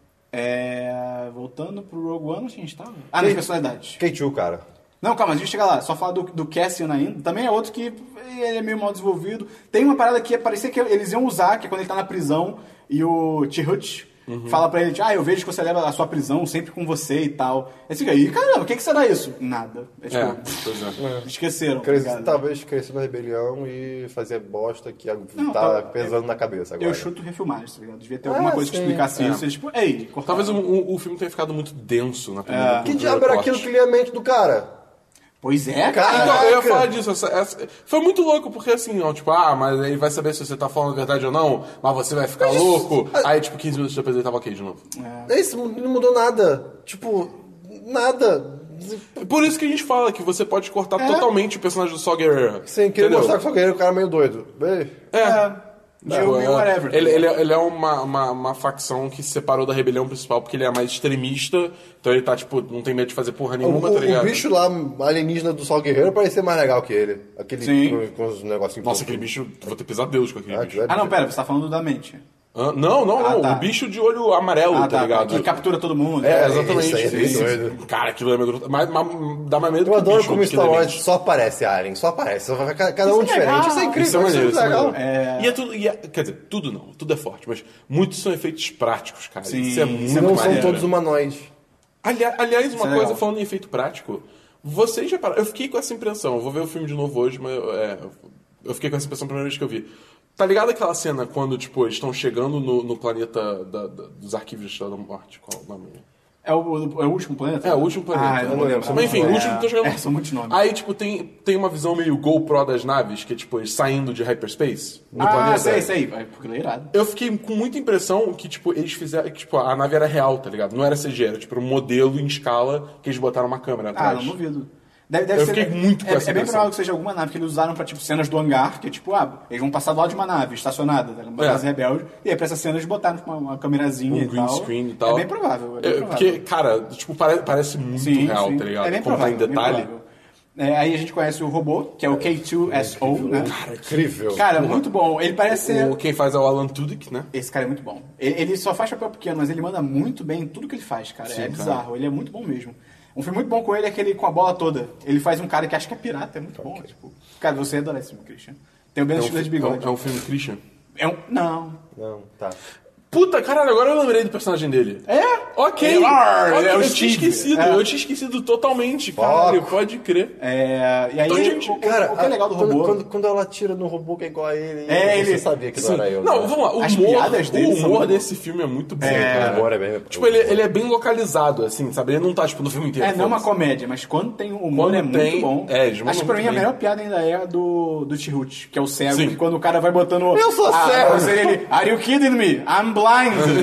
S2: É, voltando pro Rogue One, onde a gente tava? Ah, nas personalidades.
S3: K2, cara.
S2: Não, calma, a gente chega lá. Só falar do, do Cassian ainda. Também é outro que ele é meio mal desenvolvido. Tem uma parada que é parecia que eles iam usar, que é quando ele tá na prisão e o Chihut
S4: Uhum.
S2: fala pra ele, tipo, ah, eu vejo que você leva a sua prisão sempre com você e tal. Aí você fica, "Ih, caramba, o que que será isso? Nada. É tipo,
S4: É, pois é.
S2: esqueceram. tá
S3: Cresci,
S2: ligado?
S3: talvez cresci na rebelião e fazia bosta que
S2: Não,
S3: tá
S2: tá-
S3: pesando na cabeça agora.
S2: Eu chuto refilmagens, tá ligado? Devia ter
S3: Ah,
S2: alguma coisa que
S3: sim.
S2: explicasse
S4: É.
S2: isso. E, tipo, ei, cortaram.
S4: Talvez o, o- o filme tenha ficado muito denso na primeira
S2: É.
S3: Que
S4: no
S3: diabo
S4: primeiro
S3: era
S4: corte.
S3: aquilo que lia a mente do cara?
S2: Pois é, cara.
S3: Cara,
S4: Então, eu ia
S3: Caraca!
S4: falar disso. essa- essa- foi muito louco, porque assim, ó, tipo, ah, mas ele vai saber se você tá falando a verdade ou não, mas você vai ficar louco.
S3: é-
S4: Aí, tipo, 15 minutos depois ele tava ok de novo.
S3: Isso não mudou nada. Tipo, nada.
S4: Por isso que a gente fala que você pode cortar totalmente o personagem do Saw Gerrera.
S3: É. Sem querer
S4: Entendeu?
S3: mostrar que só queria o cara é meio doido. Bem,
S4: É.
S2: É. Meio- meio whatever.
S4: Ele, ele é- ele é uma, uma, uma facção que se separou da rebelião principal porque ele é mais extremista, então ele tá, tipo, não tem medo de fazer porra
S3: O,
S4: nenhuma,
S3: o-
S4: tá ligado?
S3: o bicho lá, alienígena do Sol Guerreiro, parecia mais legal que ele. Aquele
S2: Sim.
S3: com, com os negocinhos.
S4: Nossa, aquele bicho, vou ter pesadelos com aquele
S3: Então, Ah,
S4: bicho.
S3: aquilo é
S2: Ah, não, pera, você tá falando da mente.
S4: Hã? Não, não,
S2: Ah,
S4: não.
S2: tá.
S4: O bicho de olho amarelo,
S2: Ah,
S4: tá, ligado?
S2: Que captura todo mundo.
S4: É,
S3: isso
S4: exatamente.
S3: aí é bem
S4: Esse-
S3: doido.
S4: Cara, aquilo é meio grosso. Mas, mas dá mais medo que
S3: Eu
S4: o
S3: adoro
S4: bicho
S3: como
S4: do que
S3: Star
S4: demente.
S3: Wars só aparece Alien, só aparece, só vai cada cada
S2: Isso
S3: um
S2: é
S3: diferente.
S2: legal.
S3: Isso é incrível,
S4: Isso é maneiro, isso é
S3: legal.
S4: maneiro. E é tudo, e é- quer dizer, tudo não, tudo é forte, mas muitos são efeitos práticos, cara.
S2: Sim,
S4: isso é
S2: isso é
S4: muito
S3: Não são
S4: maneiro.
S3: todos humanoides.
S4: Ali- aliás, uma
S2: Isso é
S4: coisa,
S2: legal.
S4: falando em efeito prático, vocês já pararam. Eu fiquei com essa impressão, eu vou ver o filme de novo hoje, mas é, eu fiquei com essa impressão a primeira vez que eu vi. Tá ligado aquela cena quando, tipo, eles estão chegando no, no planeta da- da- dos arquivos da Estrela da Morte? Qual o nome?
S2: É o, é o último planeta?
S4: É, o último planeta.
S2: Ah, eu não
S3: lembro.
S2: lembro.
S3: São
S4: Mas enfim, o
S2: É,
S4: último que tá chegando.
S2: É, são muitos nomes.
S4: Aí, tipo, tem, tem uma visão meio GoPro das naves, que é, tipo, eles saindo de hyperspace no
S2: ah,
S4: planeta.
S2: sei, sei. Vai, porque ele é irado.
S4: Eu fiquei com muita impressão que, tipo, eles fizeram. Que, tipo, a nave era real, tá ligado? Não era CG, era tipo um modelo em escala que eles botaram uma câmera
S2: Ah,
S4: atrás.
S2: não duvido. Deve, deve
S4: Eu
S2: ser,
S4: fiquei muito com
S2: é,
S4: essa
S2: É bem
S4: impressão.
S2: provável que seja alguma nave que eles usaram pra, tipo, cenas do hangar, que é tipo, ah, eles vão passar do lado de uma nave estacionada, tá? uma
S4: É.
S2: base rebelde, e aí pra essas cenas botaram tipo, uma, uma camerazinha
S4: um
S2: e
S4: green
S2: tal.
S4: screen e tal.
S2: É bem provável. É bem
S4: É,
S2: provável.
S4: porque, cara, tipo, pare- parece muito
S2: Sim,
S4: real,
S2: sim.
S4: tá ligado?
S2: É bem
S4: Como tá
S2: provável.
S4: em
S2: bem
S4: detalhe.
S2: provável. É, aí a gente conhece o robô, que é o K2SO, né?
S3: Cara, incrível.
S2: Cara, muito bom. Ele parece ser...
S4: O, quem faz é o Alan Tudyk, né?
S2: Esse cara é muito bom. Ele, ele só faz papel pequeno, mas ele manda muito bem em tudo que ele faz, cara. é
S4: cara.
S2: bizarro. Ele é muito bom mesmo. Um filme muito bom com ele é aquele com a bola toda. Ele faz um cara que acha que é pirata, é muito bom. Tipo, cara, você ia adorar esse filme, Christian. Tem o Ben
S4: É um,
S2: Stiller de
S4: fi- é um-
S2: bigode.
S4: é um filme Christian.
S2: É um- Não.
S3: Não, tá.
S4: Puta, caralho, agora eu lembrei do personagem dele.
S2: É?
S4: Ok.
S2: Ele- Arr,
S4: Ok,
S2: ele é o
S4: eu tinha
S2: Steve.
S4: esquecido,
S2: É.
S4: eu tinha esquecido totalmente. Caralho, pode crer.
S2: É, e aí,
S4: Então, gente,
S2: o, o-
S3: Cara,
S2: o que é legal do
S3: quando,
S2: robô...
S3: Quando, quando ela tira no robô que é igual a ele,
S2: É,
S3: você
S2: ele-
S3: sabia que não
S4: Sim.
S3: era eu.
S4: Não,
S3: né?
S4: vamos lá. O
S2: As
S4: humor,
S2: piadas
S4: o
S2: dele são
S4: humor
S2: muito-
S4: desse filme é muito bom,
S3: O
S4: cara.
S3: humor é bem...
S4: Tipo, ele, ele é bem localizado, assim, sabe? Ele não tá, tipo, no filme inteiro.
S2: É, não é uma
S4: foda-se.
S2: comédia, mas quando tem humor
S4: Quando
S2: é
S4: tem,
S2: muito bom.
S4: é, eles mandam
S2: Acho que pra mim
S4: muito
S2: a
S4: bem.
S2: melhor piada ainda é a do, do Chihut, que é o cego,
S4: Sim.
S2: que quando o cara vai botando.
S3: Eu sou
S2: a-
S3: cego.
S2: a- Ele, Are you kidding me? I'm blind!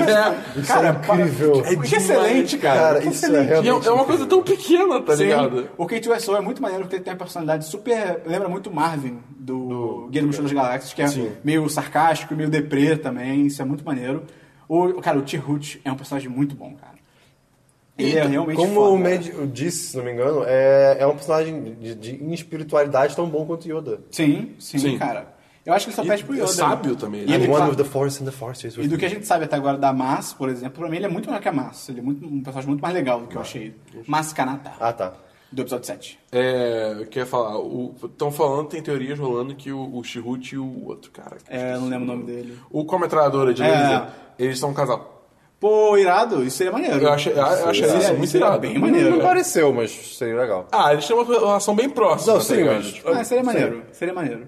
S4: É.
S2: cara,
S3: incrível.
S2: pa- que excelente, cara.
S3: Cara,
S2: que
S3: isso é
S2: excelente.
S4: E é, é uma coisa tão pequena, tá
S2: Sim.
S4: ligado?
S2: O K2SO é muito maneiro porque ele tem uma personalidade super. Lembra muito Marvin do, Guia do Mochila das Galáxias, que é meio sarcástico, meio deprê também. Isso é muito maneiro. O, cara, o Chihut é um personagem muito bom, cara. Ele é realmente
S3: Como
S2: foda.
S3: o Mad disse, se não me engano, é, é um personagem de, de espiritualidade tão bom quanto Yoda.
S2: Sim, sim,
S4: Sim.
S2: cara. Eu acho que ele só
S4: E-
S2: pede pro
S4: e
S2: Yoda.
S4: sábio
S2: né?
S4: também,
S2: E,
S4: né?
S2: ele
S3: I'm
S2: fa-
S3: one of the force and the force is with
S2: e do
S3: me.
S2: que a gente sabe até agora da Mas, por exemplo, pra mim ele é muito melhor que a Mas. Ele é muito, um personagem muito mais legal do
S4: Ah,
S2: que eu achei. Mas Kanata,
S3: Ah, tá.
S2: do episódio 7.
S4: É, eu queria falar, estão falando, tem teorias rolando que o, o Chihute e o outro cara. que eu
S2: É, eu não
S4: esqueci
S2: lembro o nome dele.
S4: O com a metralhadora de
S2: É.
S4: laser, eles são um casal.
S2: Pô, irado, isso seria maneiro.
S4: Eu achei, eu achei
S2: Seria-
S4: isso muito
S2: seria
S4: irado.
S2: bem maneiro. né?
S3: Não pareceu, mas seria legal.
S4: Ah, eles têm uma relação bem próxima.
S3: Não,
S4: tá
S3: sim,
S4: ligado?
S3: mas-
S4: Tipo,
S2: Ah, seria maneiro, seria maneiro.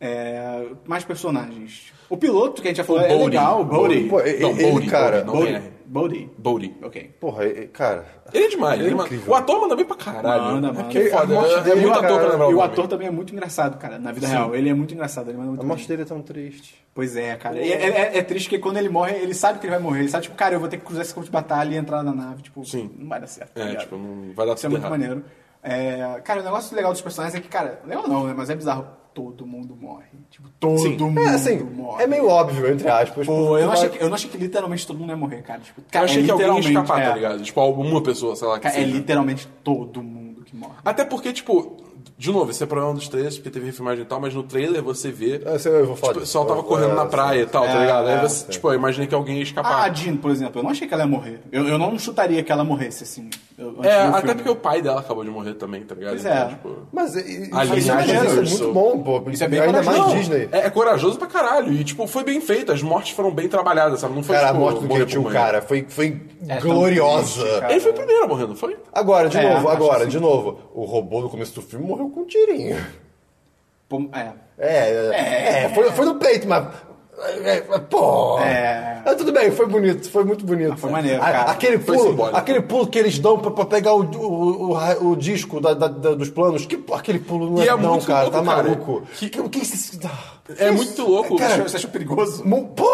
S2: É, mais personagens. O piloto que a gente já falou é
S4: Bodhi.
S2: legal, o Bodhi.
S3: Pô, e-
S4: Não,
S3: ele,
S4: Bodhi, Bodhi, É.
S3: cara,
S4: não
S2: Bodhi.
S4: tem R.
S2: Bodhi.
S4: Bodhi.
S2: Ok.
S3: Porra, é- é- cara.
S4: Ele é demais.
S3: Ele é
S4: ele ma-
S3: incrível.
S4: o ator manda bem pra caralho.
S2: Manda,
S4: É
S2: manda.
S4: Que foda.
S3: A morte
S4: É, é
S3: dele,
S4: muito
S3: cara,
S4: ator pra lembrar
S2: E o
S4: nome.
S2: ator também é muito engraçado, cara, na vida real. Ele é muito engraçado, ele manda muito
S3: A
S2: bem.
S3: morte dele é tão triste.
S2: Pois é, cara. E é, é- é triste que quando ele morre, ele sabe que ele vai morrer. Ele sabe, tipo, cara, eu vou ter que cruzar esse campo de batalha e entrar na nave. Tipo,
S4: Sim.
S2: não vai dar certo. tá
S4: É,
S2: ligado?
S4: tipo, não vai dar
S2: Isso é
S4: tudo
S2: muito
S4: errado.
S2: maneiro. É, cara, o negócio legal dos personagens é que, cara, legal não, né? Mas é bizarro. Todo mundo morre. Tipo, todo
S4: Sim. É,
S2: mundo
S3: É assim,
S2: morre.
S3: é meio óbvio, entre aspas.
S2: Pô, eu não,
S3: mas-
S2: achei que, eu não achei que literalmente todo mundo ia morrer, cara. Tipo,
S4: Eu
S2: cara,
S4: achei
S2: é
S4: que alguém ia
S2: literalmente-
S4: escapar,
S2: é.
S4: tá ligado? Tipo, alguma pessoa, sei lá, que
S2: Cara, é
S4: seja.
S2: literalmente todo mundo que morre.
S4: Até porque, tipo, de novo, esse é problema dos trailers, porque teve refilmagem e tal, mas no trailer você vê.
S3: Eu sei, É, assim, eu vou falar
S4: Tipo, o
S3: disso.
S4: pessoal tava
S3: Eu-
S4: correndo
S3: é,
S4: na
S3: sim.
S4: praia e tal, tá
S2: É,
S4: ligado? Aí
S2: é,
S4: você,
S3: sim.
S4: tipo, eu imaginei que alguém ia
S2: Ah,
S4: escapar.
S2: a Jean, por exemplo, eu não achei que ela ia morrer. Eu, eu não chutaria que ela morresse, assim. eu- antes
S4: é,
S2: do
S4: até
S2: filme.
S4: porque o pai dela acabou de morrer também, tá ligado?
S2: Pois é.
S4: tipo,
S3: assim. Mas e- e-
S4: A
S3: isso,
S2: linhagem
S3: é
S2: dele,
S3: muito
S4: isso.
S3: bom, pô.
S2: Isso é bem
S3: Ainda mais
S2: corajoso.
S3: Disney.
S4: É, é corajoso pra caralho. E, tipo, foi bem feito. As mortes foram bem trabalhadas, sabe? Não foi,
S3: Cara, a
S4: tipo,
S3: morte do
S4: morrer
S3: Kentil,
S4: por morrer.
S3: cara, foi, foi
S2: É tão
S3: gloriosa.
S2: triste, cara.
S4: Ele foi o primeiro a morrer, não foi?
S3: Agora, de
S2: É, acho
S3: novo, agora,
S2: assim.
S3: de novo. O robô no começo do filme morreu com um tirinho.
S2: Pô, é.
S3: É, é, é, foi, foi no peito, mas. é, é, Pô!
S2: É. Ah,
S3: Ah, tudo bem, foi bonito, foi muito bonito.
S2: foi maneiro,
S3: A-
S2: cara.
S3: Aquele
S4: Foi
S3: pulo,
S4: simbólico.
S3: aquele pulo que eles dão pra, pra pegar o, o, o ra- o disco da- da- da- dos planos, que pô, aquele pulo não
S4: E
S3: é,
S4: é
S3: não,
S4: muito
S3: cara,
S4: louco,
S3: tá
S4: cara.
S3: maluco.
S4: Que-
S3: Que, que isso- ah,
S4: É
S3: que
S4: muito louco. Tipo,
S3: Cara,
S2: você achou perigoso?
S3: mu-
S4: [LAUGHS]
S3: Pô!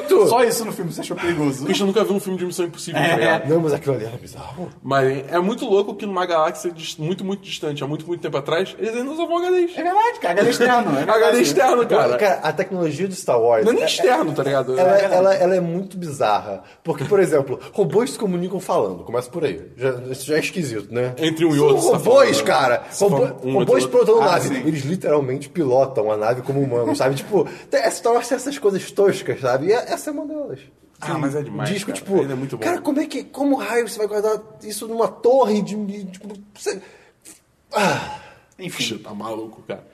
S3: Muito!
S2: Só isso no filme você achou perigoso.
S4: Porque a gente nunca viu um filme de Missão Impossível,
S2: É.
S4: tá ligado?
S3: Não, mas aquilo ali era bizarro.
S4: Mas é muito louco que numa galáxia dis- muito, muito distante, há muito, muito tempo atrás, eles ainda usavam HDs.
S2: É verdade, cara. HD externo. É verdade.
S4: HD externo, cara.
S3: Cara, a tecnologia do Star Wars.
S4: Não é nem
S3: é-
S4: externo, tá ligado?
S3: ela, ela, ela é muito bizarra. Porque, por exemplo, robôs se comunicam falando. Começa por aí. Já, isso já é esquisito, né?
S4: Entre um e
S3: São
S4: outro, você tá
S3: robôs,
S4: falando, né?
S3: cara.
S4: Você
S3: Robô,
S4: fala um,
S3: robôs
S4: outro,
S3: pilotando
S2: Ah,
S3: nave.
S2: sim.
S3: Eles literalmente pilotam a nave como humanos, sabe? Tipo, tem- é Star Wars tem essas coisas toscas, sabe? E é- essa é uma delas.
S4: Ah, mas é demais,
S3: Disco,
S4: cara.
S3: tipo,
S4: Ainda é muito bom.
S3: cara, como é que. Como raio você vai guardar isso numa torre de. de- tipo, você- Ah!
S2: Enfim.
S4: Puxa, tá maluco, cara.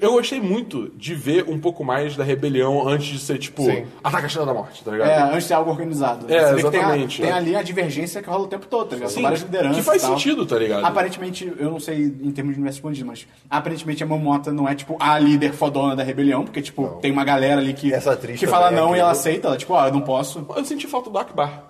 S4: Eu gostei muito de ver um pouco mais da rebelião antes de ser, tipo,
S3: Sim.
S4: ataque à Estrela da Morte, tá ligado?
S2: É, antes de algo organizado. né?
S4: É,
S2: Você vê que tem a-
S4: exatamente,
S2: Tem,
S4: é.
S2: ali a divergência que rola o tempo todo, tá ligado? São
S4: Sim,
S2: várias lideranças.
S4: que faz
S2: e tal.
S4: sentido, tá ligado?
S2: Aparentemente, eu não sei em termos de universo expandido, mas aparentemente a Momota não é, tipo, a líder fodona da rebelião, porque, tipo, tem uma galera ali que,
S3: Essa atriz
S2: que fala
S3: também é
S2: não e
S3: incrível.
S2: ela aceita, ela, tipo, ó, eu não posso.
S4: Eu senti falta do Akbar.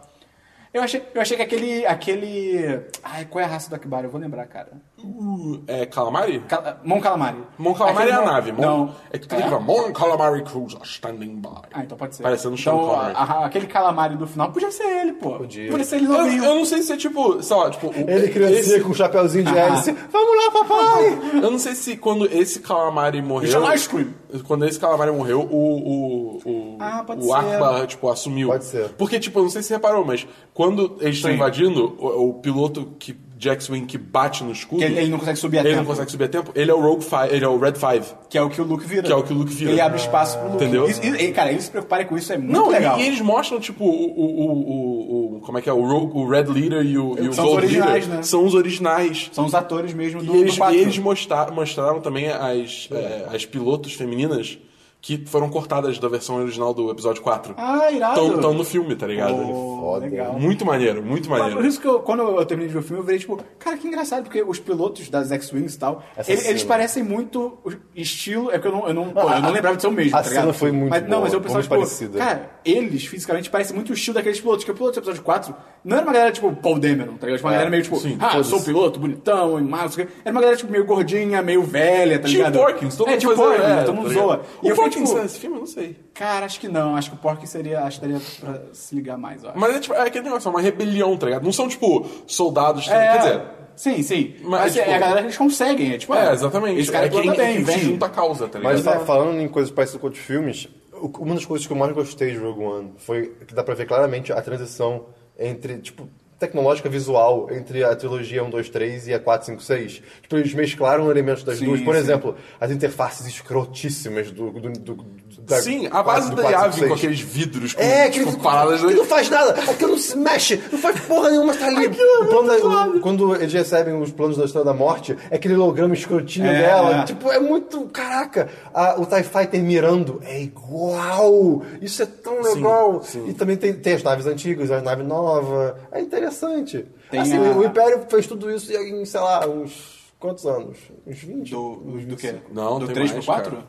S2: Eu achei, eu achei que aquele, aquele. Ai, qual é a raça do Akbar? Eu vou lembrar, cara.
S4: Uh, é Calamari?
S2: Cal... Mon Calamari.
S4: Mon Calamari é
S2: Aquele
S4: a
S2: Mon-
S4: nave. Mon...
S2: Não.
S4: É que tem que falar, Mon Calamari Cruiser standing by.
S2: Ah, então pode ser.
S4: Parecendo o Sean
S2: então,
S4: Connery.
S2: a- a- aquele calamari do final podia ser ele, pô.
S3: Podia.
S2: Podia ser ele
S4: Eu,
S2: novinho.
S4: eu não sei se é tipo, sei lá, tipo... o-
S3: Ele criancinha com
S4: um
S3: o chapeuzinho
S2: É,
S3: de hélice. Vamos lá, papai!
S4: Eu não sei se quando esse Calamari morreu.
S2: Chama Ice Cream.
S4: Quando esse Calamari morreu, o. O, o,
S2: Ah, pode
S4: o
S2: ser.
S4: Akbar, tipo, assumiu.
S3: Pode ser.
S4: Porque, tipo, eu não sei se você reparou, mas quando eles estão
S2: Sim.
S4: invadindo, o, o piloto que. Jack Swing que bate no escudo.
S2: Que ele- ele não consegue subir a
S4: ele
S2: tempo.
S4: não consegue subir a tempo. Ele é o Rogue Five, ele é o Red Five.
S2: Que é o que o Luke vira.
S4: Que é o que o Luke vira.
S2: Ele abre espaço pro Luke.
S4: Entendeu?
S2: Isso- e- e, cara, eles se preocuparem com isso é muito
S4: Não, e-
S2: legal.
S4: E, eles mostram, tipo, o, o, o, o- Como é que é? O, Rogue, o Red Leader e o, e o
S2: São os
S4: Gold
S2: originais,
S4: Leader
S2: né?
S4: são os originais.
S2: São os atores mesmo do,
S4: E eles,
S2: do 4.
S4: e eles mostra- mostraram também as, é, as pilotos femininas que foram cortadas da versão original do episódio 4.
S2: Ah, irado.
S4: Estão no filme, tá ligado?
S2: Pô,
S3: Foda.
S2: legal.
S4: Muito maneiro, muito
S2: Oh. Mas por
S4: maneiro.
S2: isso que eu, quando eu terminei de ver o filme, eu virei tipo, cara, que engraçado, porque os pilotos das X-Wings e tal,
S3: Essa
S2: ele- eles,
S3: cena.
S2: parecem muito o estilo. É que eu não, eu não, pô, eu não lembrava de ser o mesmo,
S3: a
S2: tá ligado?
S3: cena foi muito
S2: mas, Não,
S3: boa,
S2: mas eu
S3: foi
S2: pensava,
S3: muito
S2: tipo,
S3: parecida.
S2: cara, eles fisicamente parecem muito o estilo daqueles pilotos, que o piloto do episódio 4 não era uma galera tipo Paul Dameron, tá ligado? Uma galera meio tipo,
S4: sim,
S2: ah, eu
S4: foda-se.
S2: sou um piloto, bonitão, e mal, não sei o quê. Era uma galera tipo meio gordinha, meio velha, tá
S4: Tim
S2: ligado?
S4: Porkins, todo
S2: é,
S4: mundo
S2: tipo
S4: fazendo-
S2: Porkins,
S4: é,
S2: todo mundo
S4: tá ligado?
S2: zoa. E
S4: O
S2: eu
S4: Porkins
S2: fiquei,
S4: é-
S2: tipo,
S4: nesse filme, eu não sei.
S2: cara, acho que não, acho que o Porkins seria, acho que daria pra se ligar mais, eu acho.
S4: Mas é, tipo, é aquele negócio, é uma rebelião, tá ligado? Não são, tipo, soldados,
S2: É,
S4: quer dizer...
S2: Sim, sim.
S4: Mas,
S2: Mas, é
S4: tipo,
S2: a galera que eles conseguem. É, tipo,
S4: É,
S2: ah,
S4: exatamente.
S2: Esse cara
S4: é quem,
S2: planta
S4: é
S2: bem,
S4: quem
S2: vem. um
S4: junta a causa, tá ligado?
S3: Mas fa-
S2: é.
S3: falando em coisas parecidas com outros filmes, o- uma das coisas que eu mais gostei de Rogue One foi que dá pra ver claramente a transição entre, tipo, tecnológica visual entre a trilogia 1, 2, 3 e a 4, 5, 6. Tipo, eles mesclaram elementos das
S2: Sim,
S3: duas. Por
S2: sim.
S3: exemplo, as interfaces escrotíssimas do... do, do- do- da-
S4: Sim, a
S3: quatro-
S4: base
S3: do
S4: da
S3: 4, 5,
S4: Yavin com
S3: 6.
S4: aqueles vidros, com,
S3: É, aquele
S4: tipo,
S3: que,
S4: paradas...
S3: que não faz nada, aquilo não se mexe, não faz porra nenhuma, tá ali.
S2: é
S3: O plano da- o- quando eles recebem os planos da Estrela da Morte, é aquele holograma escrotinho
S2: É,
S3: dela.
S2: é.
S3: Tipo, é muito. Caraca, a- o TIE Fighter mirando é igual! Isso é tão legal! E também tem, tem as naves antigas, as naves novas. É interessante.
S2: Tem
S3: assim,
S2: a-
S3: o Império fez tudo isso em, sei lá, uns. Quantos anos? Uns 20?
S2: Do, do, do quê?
S4: Não,
S2: do
S4: tem
S2: 3
S4: mais,
S2: pro 4?
S4: cara.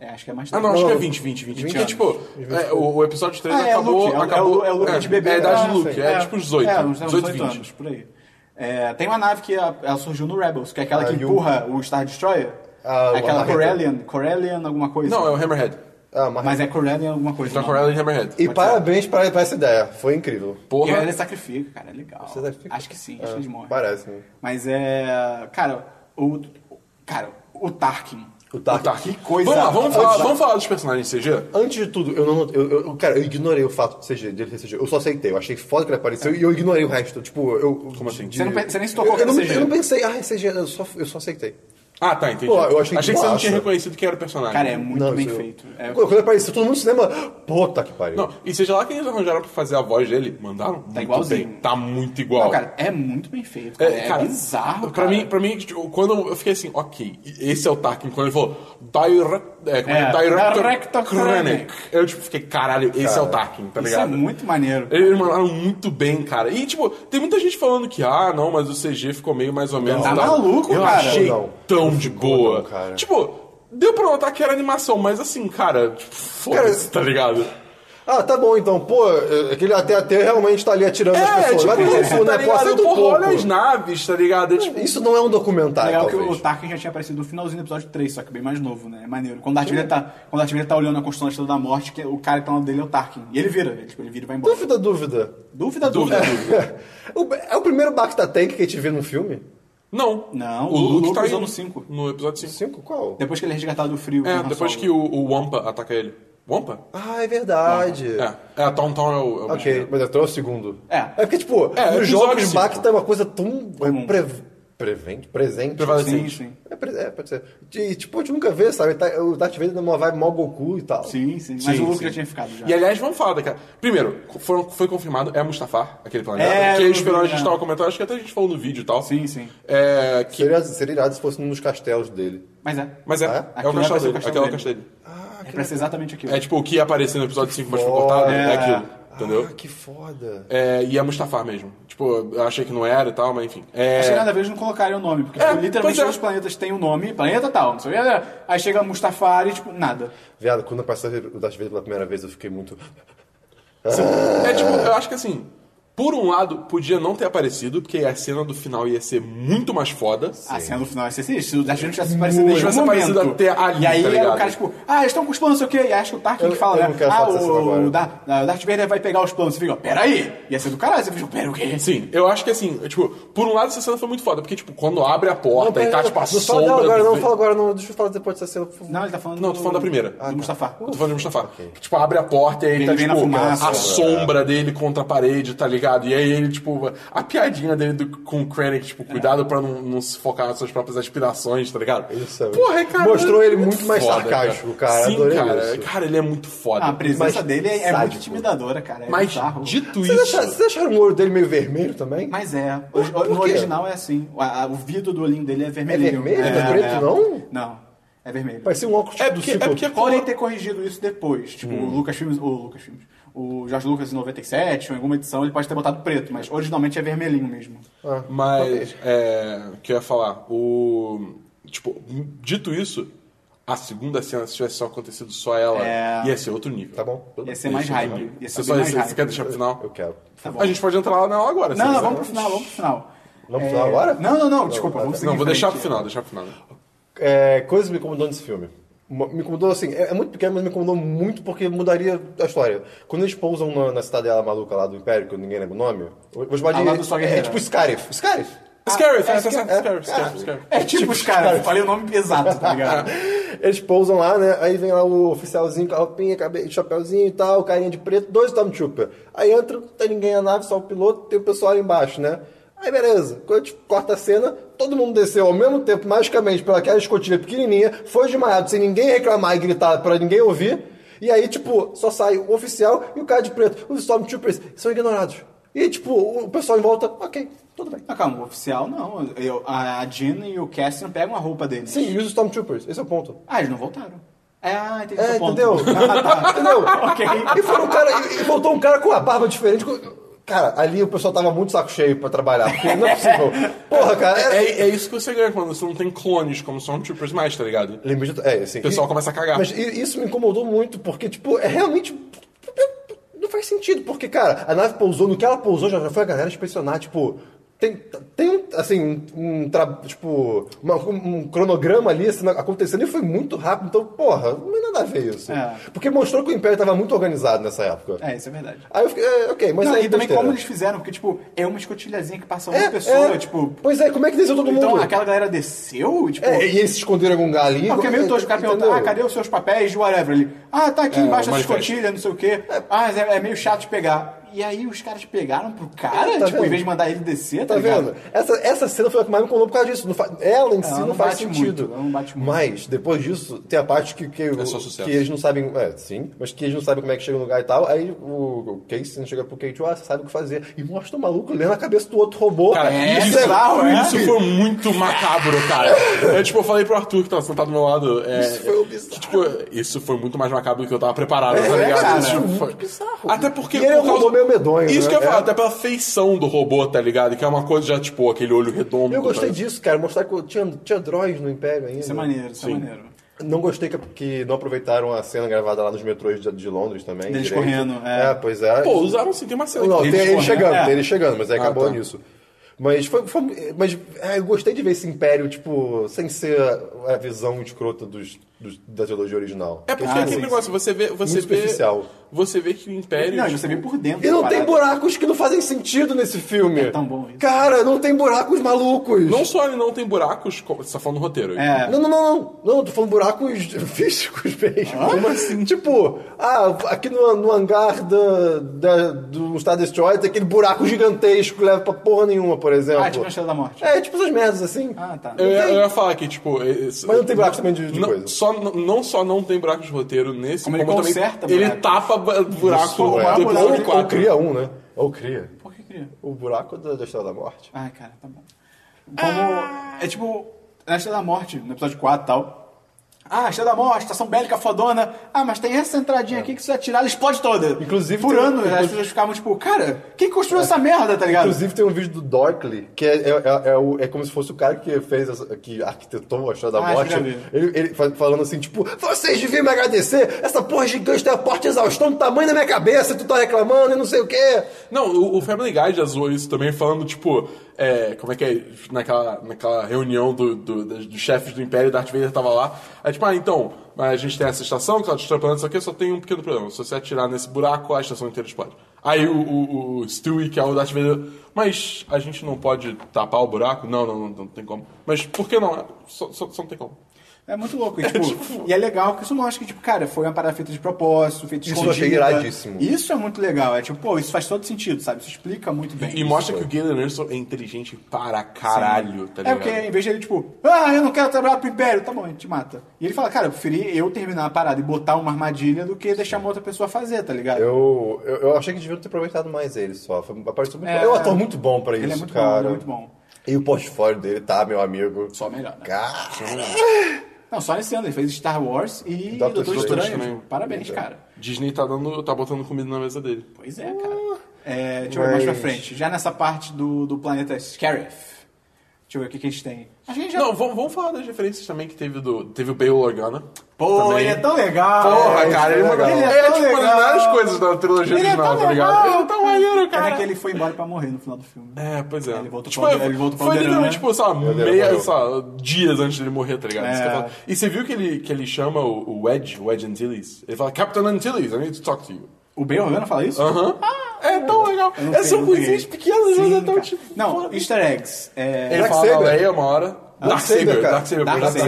S3: É.
S2: É, acho que é mais
S4: Ah,
S2: tarde.
S4: não, acho que é
S3: Não,
S4: 20, 20, 20.
S2: 20
S4: Porque, tipo, é, o, o episódio 3
S2: Ah, é,
S4: acabou.
S2: Luke, é o-
S4: acabou
S2: é o- é o Luke de bebê.
S4: É a idade do
S3: Ah,
S4: Luke,
S3: sei.
S4: é, tipo os 18.
S2: É, uns
S4: 18,
S2: 18
S4: 20.
S2: anos, por aí. É, tem uma nave que a- ela surgiu no Rebels, que é aquela
S3: Ah,
S2: que
S3: e o-
S2: empurra o Star Destroyer.
S3: Ah, o
S2: aquela
S3: Hammerhead.
S2: Corellian, Corellian alguma coisa.
S4: Não, é o Hammerhead.
S3: Ah, mas...
S2: Mas é Corellian alguma coisa.
S4: Então
S2: não.
S4: Corellian e Hammerhead.
S3: E parabéns pra, pra essa ideia. Foi incrível.
S2: E
S4: Porra.
S2: ele sacrifica, cara, é legal.
S3: Você sacrifica? É.
S2: Acho que sim, acho que eles morrem.
S3: Parece, né?
S2: Mas é. Cara, o. Cara, o Tarkin.
S3: O Tarkin.
S4: Tá.
S2: Que coisa
S4: Vamos lá, vamos falar,
S2: absurda.
S4: vamos falar dos personagens em CG?
S3: Antes de tudo, eu não. Eu, eu- cara, eu ignorei o fato de CG, dele ser CG. Eu só aceitei. Eu achei foda que ele apareceu e eu ignorei o resto. Tipo, eu. Como
S4: assim?
S2: Você não pe- você nem se tocou
S3: eu,
S2: que
S3: eu, não,
S2: era CG.
S3: eu não pensei, ah, é CG, eu só, eu só aceitei.
S4: Ah, tá, entendi.
S3: Pô, eu achei
S4: que você não
S3: massa.
S4: tinha reconhecido que era o personagem.
S2: Cara, é muito
S3: Não,
S2: bem
S3: isso eu-
S2: feito. É-
S3: Quando quando apareceu todo mundo no cinema, puta que pariu.
S4: Não, e seja lá quem eles arranjaram pra fazer a voz dele, mandaram? muito
S2: igualzinho.
S4: bem. Tá muito igual.
S2: Não, cara, é muito bem feito. Cara. É, bizarro,
S4: Pra
S2: cara.
S4: mim, pra mim tipo, quando eu eu fiquei assim, ok, esse é o Tarkin, quando ele falou Direct, é, como é,
S2: É,
S4: Director
S2: Director
S4: Krennic.
S2: Krennic.
S4: Eu tipo, fiquei, caralho, esse é o Tarkin, tá
S2: Isso é
S4: ligado?
S2: muito maneiro.
S4: Eles mandaram muito bem, cara. E, tipo, tem muita gente falando que, ah, não, mas o CG ficou meio mais ou menos.
S2: Tá
S4: tal.
S2: maluco,
S4: Eu
S2: cara.
S4: achei
S3: Não.
S4: tão de boa.
S3: não, cara.
S4: Tipo, deu pra notar que era animação, mas assim, cara, tipo, foda-se, tá ligado?
S3: Ah, tá bom então. Pô, é, aquele até até realmente tá ali atirando nas
S4: É,
S3: pessoas.
S4: tipo,
S3: Vai tomar no
S4: isso, tá
S3: cu, né? Pô,
S4: ligado?
S3: aceita um
S4: Porra, olha as
S3: pouco.
S4: naves, tá ligado? É, tipo,
S3: Isso não é um documentário,
S2: Legal que
S3: talvez.
S2: o Tarkin já tinha aparecido no finalzinho do episódio 3, só que bem mais novo, né? É maneiro. Quando o Darth Vader tá, quando o Darth Vader tá olhando a construção da Estrela da Morte, que o cara que tá lá dele é o Tarkin. E ele vira. Ele, tipo, ele vira e vai embora.
S3: Dúvida, dúvida. [LAUGHS]
S2: Dúvida, dúvida.
S3: O- é o primeiro Bacta Tank que a gente vê no filme?
S4: não.
S2: Não,
S4: o Luke, tá
S2: usou
S4: aí
S2: no 5.
S4: No episódio 5.
S3: Cinco? Qual?
S2: Depois que ele é resgatado do frio.
S4: É, depois que o, o Wampa ataca ele. Wampa?
S3: Ah, é verdade.
S4: É, é a Tom Tom é o. É o bicho,
S3: Ok,
S4: né?
S3: mas até o segundo.
S2: É.
S3: É porque, tipo,
S4: É, episódio
S3: nos jogos
S4: cinco.
S3: Bacta é uma coisa tão
S2: Comum.
S3: é, pre- prevente, presente.
S4: Prevalente.
S2: Sim, sim.
S3: É, pre- é, pode ser. E, tipo, a gente nunca vê, sabe? Tá- O Darth Vader numa vibe mó Goku e tal.
S2: Sim, sim. Mas
S4: Sim,
S2: o Luke
S4: sim.
S2: já tinha ficado já.
S4: E aliás, vamos falar daquela. Primeiro, foram- foi confirmado, é Mustafar, aquele planeta.
S2: É,
S4: que
S2: eu
S4: eles esperou, a
S2: vi,
S4: gente
S2: é.
S4: tava comentando, acho que até a gente falou no vídeo e tal. assim,
S2: Sim, sim.
S4: É, que-
S3: Seria, seria irado se fosse num dos castelos dele.
S2: Mas é.
S4: Mas é,
S3: Ah, é?
S4: é,
S2: Aquilo
S4: o
S2: é pra
S4: castelo
S2: ser o
S4: dele.
S2: castelo
S4: Aquela é o
S2: dele.
S4: castelo dele.
S2: É pra ser exatamente aquilo.
S4: É tipo o que ia aparecer no episódio 5, mas foi cortado,
S3: foda.
S4: é aquilo. Entendeu?
S3: Ah, que foda.
S4: É, e é Mustafar mesmo. Tipo, eu achei que não era e tal, mas enfim. É,
S2: Achei nada a ver eles não colocarem o nome, porque
S4: É,
S2: tipo,
S4: pois
S2: literalmente
S4: é.
S2: todos os planetas têm o um nome, planeta tal, não sei o que, né? aí chega Mustafari, tipo, nada.
S3: Viado, quando eu passei o Darth Vader pela primeira vez, eu fiquei muito...
S4: É tipo, eu acho que assim, por um lado, podia não ter aparecido, porque a cena do final ia ser muito mais foda.
S2: A cena do final é assim, se o Darth Vader tivesse aparecido em
S4: Tivesse
S2: algum
S4: aparecido
S2: momento,
S4: até ali,
S2: e aí
S4: tá
S2: era
S4: ligado?
S2: o cara tipo, ah, eles estão com os planos, não sei o que, e acho que o Tarkin
S3: Eu-
S2: que fala,
S3: eu
S2: né,
S3: não quero
S2: ah,
S3: falar dessa cena
S2: o,
S3: agora.
S2: o da, da- Darth Vader vai pegar os planos, você fica, ó, peraí, ia ser do caralho, você fica, pera o quê?
S4: Sim, eu acho que assim, tipo, por um lado essa cena foi muito foda, porque tipo, quando abre a porta e tá tipo a
S3: não fala
S4: sombra
S3: dela agora,
S4: do...
S3: não fala agora, não. Deixa eu falar depois dessa cena, por favor.
S2: Não, ele tá falando
S4: Não, tô falando da primeira.
S2: Do
S4: Ah, tá.
S2: Mustafar.
S4: Eu tô falando de Mustafa. Que, tipo, abre a porta e ele,
S2: Ele
S4: tá,
S2: vem
S4: tipo,
S2: na fumaça.
S4: a sombra dele contra a parede, tá ligado? E aí ele, tipo, a piadinha dele do- com o Krennic, tipo, cuidado pra não, não se focar nas suas próprias aspirações, tá ligado?
S3: Isso é-
S4: Porra, é, cara.
S3: Mostrou
S4: é
S3: ele
S4: muito
S3: muito mais
S4: foda,
S3: sarcástico, cara.
S4: Sim,
S3: Adorei
S4: cara.
S3: isso.
S4: Cara, ele é muito foda.
S2: Ah, a presença
S3: Mas
S2: dele é, é muito
S3: sádico.
S2: intimidadora, cara, é
S4: Mas,
S2: bizarro.
S4: dito
S3: Vocês
S4: isso...
S3: acharam, vocês acharam o olho dele meio vermelho também?
S2: Mas é. O- o-
S3: por
S2: no
S3: quê?
S2: original é assim. O, a- o vidro do olhinho dele é vermelho.
S3: É vermelho? Não é preto, não?
S2: Não. É vermelho.
S3: Parecia um óculos tipo
S4: É
S3: do
S4: porque, é
S3: ciclo.
S4: porque
S2: Podem ter corrigido isso depois. Tipo,
S3: Hum.
S2: o Lucas Filmes. O Lucas Filmes. O Jorge Lucas em 97, ou em alguma edição, ele pode ter botado preto, mas originalmente é vermelhinho mesmo.
S3: Ah,
S4: Mas, é, o que eu ia falar? O, tipo, dito isso, a segunda cena, se tivesse só acontecido só ela,
S2: É.
S4: ia ser outro nível.
S3: Tá bom. tudo
S2: Ia
S3: bem.
S2: ser mais hype. Ia
S4: Você,
S2: ser bem
S4: só,
S2: mais
S4: então. você, você
S2: hype.
S4: quer deixar pro é final?
S3: Eu quero.
S2: Tá bom.
S4: A gente pode entrar lá nela agora. se
S2: Não, não,
S4: quiser.
S2: vamos pro final, vamos pro final. É,
S3: Vamos pro final agora? tá
S2: Não, não, não, desculpa, vamos seguir
S4: Não, vou
S2: em frente.
S4: deixar pro final, deixar pro final.
S3: É, coisas me incomodou nesse filme. Uma- Me incomodou assim, é, é muito pequeno, mas me incomodou muito porque mudaria a história. Quando eles pousam na, na cidadela maluca lá do Império, que ninguém lembra o nome, eu vou chamar
S2: Ah,
S3: de.
S2: lá do Sua
S3: é,
S2: Guerreira.
S3: tipo Scarif. Scarif.
S4: Scary, é, é,
S3: é,
S4: Scary,
S3: é,
S4: Scary, Scary.
S2: É tipo os caras, falei o nome pesado, tá
S3: [LAUGHS]
S2: ligado?
S3: Eles pousam lá, né? Aí vem lá o oficialzinho com a roupinha, cabe- chapéuzinho e tal, carinha de preto, dois Stormtrooper. Aí entra, não tem ninguém na nave, só o piloto, tem o pessoal ali embaixo, né? Aí beleza, quando a gente corta a cena, todo mundo desceu ao mesmo tempo, magicamente, pelaquela escotilha pequenininha, foi desmaiado sem ninguém reclamar e gritar pra ninguém ouvir. E aí, tipo, só sai o oficial e o cara de preto. Os Stormtroopers são ignorados. E, tipo, o pessoal em volta, ok, tudo bem.
S2: Não, calma, o oficial não. Eu, a Jean e o Cassian pegam a roupa deles.
S3: Sim, e os Stormtroopers, esse é o ponto.
S2: Ah, eles não voltaram. É, ah, entendi.
S3: É,
S2: [LAUGHS] seu ponto.
S3: entendeu?
S2: Ah, tá.
S3: entendeu?
S2: Ok.
S3: E foi um cara, e e voltou um cara com a barba diferente. com- Cara, ali o pessoal tava muito saco cheio pra trabalhar, porque não é possível.
S2: [LAUGHS]
S3: Porra, cara, era...
S4: É, é isso que você ganha quando você não tem clones como Stormtroopers mais, tá ligado?
S3: Lembrei de- É, assim.
S4: O pessoal começa a cagar.
S3: Mas i- isso me incomodou muito, porque, tipo, é realmente. Não faz sentido, porque, cara, a nave pousou, no que ela pousou já, já foi a galera inspecionar, tipo. Tem, tem um, assim, um, um tra- tipo, uma- um, um cronograma ali assim, acontecendo e foi muito rápido, então, porra, não tem nada a ver isso.
S2: É.
S3: Porque mostrou que o Império tava muito organizado nessa época.
S2: É, isso é verdade.
S3: Aí eu fiquei, é, ok, mas
S2: Não,
S3: aí.
S2: e também
S3: besteira.
S2: como eles fizeram, porque, tipo, é uma escotilhazinha que passa uma
S3: É,
S2: pessoa,
S3: é.
S2: tipo...
S3: Pois é, como é que desceu todo mundo?
S2: Então, aquela galera desceu, tipo...
S3: É, e eles se esconderam em algum lugar ali.
S2: Não, porque é meio tosco, o cara pergunta,
S3: entendeu? É,
S2: ah, cadê os seus papéis, whatever. Ele, ah, tá aqui embaixo
S4: o
S2: da
S4: manifesto.
S2: escotilha, não sei o quê. Ah, mas é, é meio chato de pegar. E aí os caras pegaram pro cara,
S3: É, tá
S2: tipo,
S3: vendo?
S2: em vez de mandar ele descer, tá,
S3: Tá
S2: ligado?
S3: vendo? Essa, essa cena foi a que mais me incomodou por causa disso. Não fa- Ela em si
S2: Ela
S3: não,
S2: não
S3: faz
S2: bate
S3: sentido.
S2: muito, ela não bate muito.
S3: Mas, depois disso, tem a parte que, que, o-
S4: É só sucesso.
S3: que eles não sabem. É, sim, mas que eles não sabem como é que chega no lugar e tal. Aí o, o Casey chega pro Kate, ah, você sabe o que fazer. E mostra o maluco lendo a cabeça do outro robô.
S4: Cara,
S2: É,
S4: isso,
S2: bizarro, né?
S4: isso foi muito macabro, cara. Eu, tipo, eu falei pro Arthur que tava sentado do meu lado. é,
S3: Isso foi um bizarro.
S4: que, tipo, isso foi muito mais macabro do que eu tava preparado, tá ligado?
S2: cara,
S4: Isso
S2: é
S4: foi- Até porque.
S3: E ele é um
S4: por causa-
S3: robô meio medonho,
S4: Isso
S3: né?
S4: que eu ia falar,
S3: É.
S4: até pela feição do robô, tá ligado? Que é uma coisa já, tipo, aquele olho redondo.
S3: Eu gostei
S4: tá?
S3: disso, cara. Mostrar que tinha, tinha droids no Império ainda.
S2: Isso é maneiro, isso é maneiro.
S3: Não gostei que, que não aproveitaram a cena gravada lá nos metrôs de, de Londres também.
S2: Deles
S3: direito.
S2: correndo, é.
S3: pois é.
S4: Pô, usaram sim, tem uma cena
S3: Não,
S4: que-
S3: tem ele
S2: correndo.
S3: chegando,
S2: É.
S3: tem ele chegando, mas aí acabou
S4: tá.
S3: nisso. Mas, foi, foi- mas é, eu gostei de ver esse império, tipo, sem ser a- a visão escrota dos, dos- da trilogia original.
S4: É porque
S2: Ah,
S4: aquele
S2: sim,
S4: negócio, você vê. Você
S3: Muito
S4: vê
S3: superficial.
S4: Você vê que o Império.
S2: Não, e
S4: tipo,
S2: você vem por dentro.
S3: E não
S2: da
S3: tem
S2: parada.
S3: buracos que não fazem sentido nesse filme.
S2: É tão bom isso.
S3: Cara, não tem buracos malucos.
S4: não só ele não tem buracos, como- você tá falando do roteiro.
S2: É.
S3: Não, não, não, não, não, tô falando buracos [LAUGHS] físicos mesmo. Como assim? Tipo, ah, aqui no, no hangar da, da- do Star Destroyer tem aquele buraco gigantesco que leva pra porra nenhuma, por exemplo.
S2: Ah, tipo na Estrela da Morte.
S3: É, tipo essas merdas assim.
S2: Ah, tá.
S4: Eu, ia-
S3: tem.
S4: eu ia falar que, tipo. Mas
S3: não tem buracos também de- de coisa.
S4: Só, não, não só não tem buracos de roteiro nesse,
S2: Como ele
S4: também
S2: conserta
S4: ele
S2: buracos.
S4: tapa ba- buraco
S3: Isso, é.
S4: do
S2: buraco
S4: episódio
S2: de
S3: ou, ou
S4: 4.
S3: cria um, né? Ou cria.
S2: Por que queria?
S3: O buraco da, da Estrela da Morte.
S2: Ai, cara, tá bom. Como. É tipo, na Estrela da Morte, no episódio 4 e tal. Ah, Estrela da Morte, estação bélica fodona. Ah, mas tem essa entradinha aqui que se você atirar, ela explode toda.
S3: Inclusive,
S2: Por
S3: tem-
S2: anos, as
S3: inclusive-
S2: pessoas ficavam tipo, cara, quem construiu essa merda, tá ligado?
S3: Inclusive tem um vídeo do Dorkley, que é, é, é- é o- é como se fosse o cara que fez, essa- que arquitetou a Estrela da
S2: Ah, acho
S3: Morte.
S2: que já vi.
S3: Ele, ele fa- falando assim, tipo, vocês deviam me agradecer, essa porra gigante tem a porta de exaustão do tamanho da minha cabeça, tu tá reclamando e não sei o quê.
S4: Não, o, o Family Guy já zoou isso também, falando, tipo, é, como é que é, naquela, naquela reunião do, do- das- dos chefes do Império, Darth Vader tava lá. Aí, tipo, ah, então, a gente tem essa estação, que ela destrói planetas, isso aqui, só tem um pequeno problema. Se você atirar nesse buraco, a estação inteira explode. Aí o, o, o Stewie, que é o Darth Vader, mas a gente não pode tapar o buraco? Não, não, não, não tem como. Mas por que não? É, Só, só- só não tem como.
S2: É muito louco. E, tipo, e é legal, porque isso mostra que, tipo, cara, foi uma parada feita de propósito, feita
S3: Isso eu
S2: escondida.
S3: achei iradíssimo.
S2: Isso é muito legal. É tipo, pô, isso faz todo sentido, sabe? Isso explica muito bem.
S4: E mostra que o Galen Erso é inteligente para caralho, tá
S2: É
S4: ligado?
S2: porque em vez de ele, tipo, ah, eu não quero trabalhar pro Império, tá bom, a gente mata. E ele fala, cara, eu preferi eu terminar a parada e botar uma armadilha do que deixar uma outra pessoa fazer, tá ligado?
S3: Eu, eu, eu achei que deviam ter aproveitado mais ele só. Foi, apareceu muito
S2: É.
S3: bom. É um ator muito bom pra isso,
S2: ele é muito
S3: cara.
S2: bom, ele é muito bom.
S3: E o portfólio dele tá, meu amigo.
S2: Só melhor, né?
S3: Cara.
S2: Não, só nesse ano, ele fez Star Wars e
S3: Doutor
S2: Doutor,
S3: Estranho
S2: Estranho.
S4: também.
S2: Parabéns, cara.
S4: Disney tá dando, tá botando comida na mesa dele.
S2: Pois é,
S4: Uh.
S2: cara. É, deixa eu ver mais pra
S3: Mas-
S2: frente. Já nessa parte do, do planeta Scarif. Deixa eu ver o que, que a gente tem. A gente já.
S4: Não, vamos, vamos falar das referências também que teve do. Teve o Bail Organa.
S2: Pô,
S4: também.
S2: ele é tão legal.
S4: Porra,
S3: é,
S4: cara,
S3: isso
S4: ele
S3: é
S4: mandou.
S3: legal.
S4: Ele
S2: Ele é
S4: é
S2: tão
S4: tipo uma das
S2: legal.
S4: melhores coisas da trilogia
S2: Ele é
S4: original,
S2: tão
S4: tá ligado?
S2: legal.
S4: Ele é tão maneiro,
S2: Cara,
S4: cara.
S2: que ele foi embora pra morrer no final do filme.
S4: É, pois é.
S2: Ele voltou
S4: tipo,
S2: pra Alderaan, ele voltou pra
S4: Foi
S2: Alderaan, né?
S4: literalmente, tipo, sei lá,
S3: Alderaan
S4: meia,
S3: morreu.
S4: sei lá, dias antes dele morrer, tá ligado? Isso que eu
S2: É.
S4: falo. E você viu que ele, que ele chama o, o Wedge, o Wedge Antilles? Ele fala, Captain Antilles, I need to talk to you.
S2: O Ben Organa fala isso?
S4: Aham.
S2: Ah.
S4: é tão legal.
S2: Eu não
S4: É,
S2: sei,
S4: são
S2: não peguei.
S4: coisinhas pequenas, mas
S2: Sim,
S4: é tão
S2: cara.
S4: tipo.
S2: Não,
S4: foda.
S2: easter eggs. É,
S4: Ele
S3: Dark
S4: fala da
S3: Saber.
S4: Leia uma hora. Dark Saber, Dark Saber, perdão,
S2: Dark Saber.